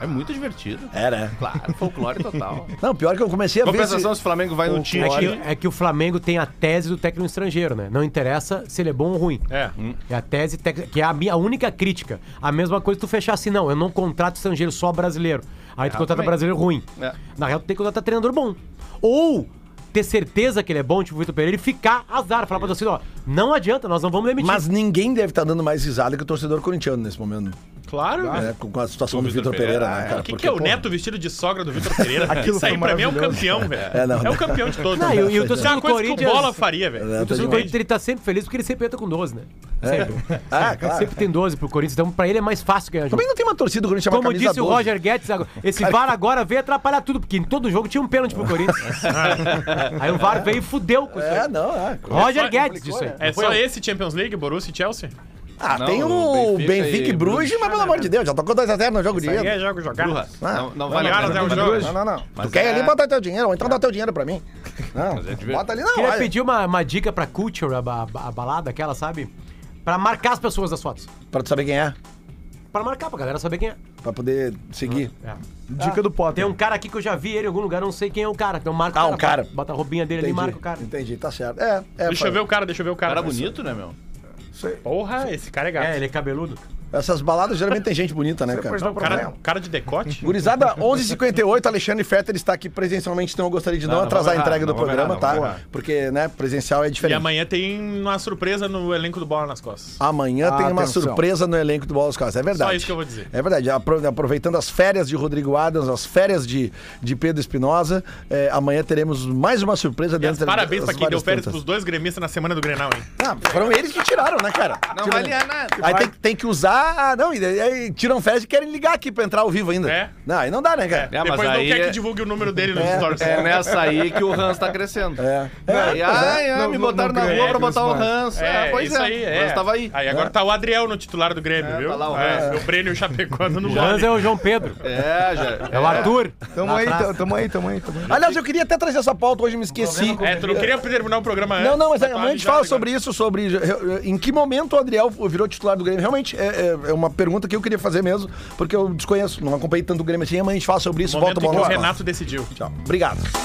É muito divertido. É, né? Claro, folclore total. Não, pior que eu comecei a ver. esse- Compensação, se o Flamengo vai no time... É que, é que o Flamengo tem a tese do técnico estrangeiro, né? Não interessa se ele é bom ou ruim. É. hum. É a tese técnica, que é a minha única crítica. A mesma coisa tu fechar assim, não, eu não contrato estrangeiro, só brasileiro. Aí tu contrata também. brasileiro ruim. É. Na real, tu tem que contratar treinador bom. Ou ter certeza que ele é bom, tipo o Vitor Pereira, e ficar azar, falar pra torcida, ó, não adianta, nós não vamos demitir. Mas ninguém deve estar dando mais risada que o torcedor corintiano nesse momento. Claro. né? Com, com a situação do Vitor Pereira, né, cara? O que, Porque, que é o pô, neto vestido de sogra do Vitor Pereira? Aquilo Isso aí foi pra mim é um maravilhoso. campeão, velho. É, É, não, não. o campeão de todos. Não, e o- e o Isso torcedor é uma do coisa que o Corinthians- Bola faria, velho. É, O torcedor do demais. Corinthians ele tá sempre feliz porque ele sempre entra com 12, né? Sempre. Ah, claro. Sempre tem 12 pro Corinthians, então pra ele é mais fácil ganhar jogo. Também não tem uma torcida do Corinthians Como chamada camisa disse o 12. Roger Guedes, agora- esse VAR agora veio atrapalhar tudo, porque em todo jogo tinha um pênalti pro Corinthians. aí o VAR veio e fudeu com isso. aí. É, não, é. né? Roger só- Guedes, isso aí. É Não foi só eu. esse Champions League, Borussia e Chelsea? Ah, Não, tem o o Benfica Benfica e e Bruges, mas pelo amor de Deus, já tocou 2x0 no jogo de Aí ida. é jogo jogado. Ah, Não, não vale Olharam né? até a o pena. jogo. Não, não, não. Mas tu quer é- ali botar teu dinheiro, ou então dá teu dinheiro pra mim. Não, divertido. bota ali não. Queria olha. pedir uma, uma dica pra Culture, a, ba- a balada aquela, sabe? Pra marcar as pessoas das fotos. Pra tu saber quem é. Pra marcar, pra galera saber quem é. pra poder seguir. Dica do Potter. Tem um cara aqui que eu já vi ele em algum lugar, não sei quem é o cara. Então marca Ah, o um cara. Bota a roupinha dele ali e marca o cara. Entendi, tá certo. É, é. Deixa pai. eu ver o cara, deixa eu ver o cara. Cara bonito, né, meu? Porra, esse cara é gato. É, ele é cabeludo. Essas baladas geralmente tem gente bonita, né, cara? Depois dá um cara, problema. cara de decote? Gurizada, 11h58, Alexandre Fetter está aqui presencialmente, então eu gostaria de não, Não, não atrasar vai a entrega errar, do não vai programa, errar, tá? não vai errar. Porque, né, presencial é E diferente. amanhã tem uma surpresa no elenco do Bola nas Costas. Amanhã tem uma Atenção. surpresa no elenco do Bola dos Casas, é verdade. Ah, Só isso que eu vou dizer. É verdade, apro- aproveitando as férias de Rodrigo Adams, as férias de, de Pedro Espinosa, é, amanhã teremos mais uma surpresa E as dentro parabéns pra quem deu férias para pros dois gremistas na semana do Grenal, hein? Ah, foram eles que tiraram, né, cara? Não Tiraram. vale nada. Aí tem, tem que usar. Ah, não, e daí- aí tiram férias e querem ligar aqui pra entrar ao vivo ainda. É. Não, aí não dá, né, cara? É, mas Depois não aí quer é- que divulgue o número dele nos É, stories. É nessa aí que o Hans tá crescendo. É. Ai, ai, ai, Não, me não, botaram não na creio, rua pra botar o Hans. Hans. É, pois isso é. aí, O é. Hans tava aí. Aí agora tá o Adriel no titular do Grêmio, viu? tá lá o é, Hans. meu Breno e o Chapecó no O Hans vôlei. é o João Pedro. É, já. É o Arthur. Tamo aí, tamo- tamo aí, tamo aí, tamo aí. Aliás, eu queria até trazer essa pauta, hoje me esqueci. É, tu não queria terminar o programa antes. Não, não, mas tá amanhã a gente avisado fala agora. sobre isso, sobre eh, em que momento o Adriel virou titular do Grêmio. Realmente, é, é- é uma pergunta que eu queria fazer mesmo, porque eu desconheço, não acompanhei tanto o Grêmio assim. Amanhã a gente fala sobre isso, O momento volta em que bola. o lá. Renato decidiu. Tchau. Obrigado.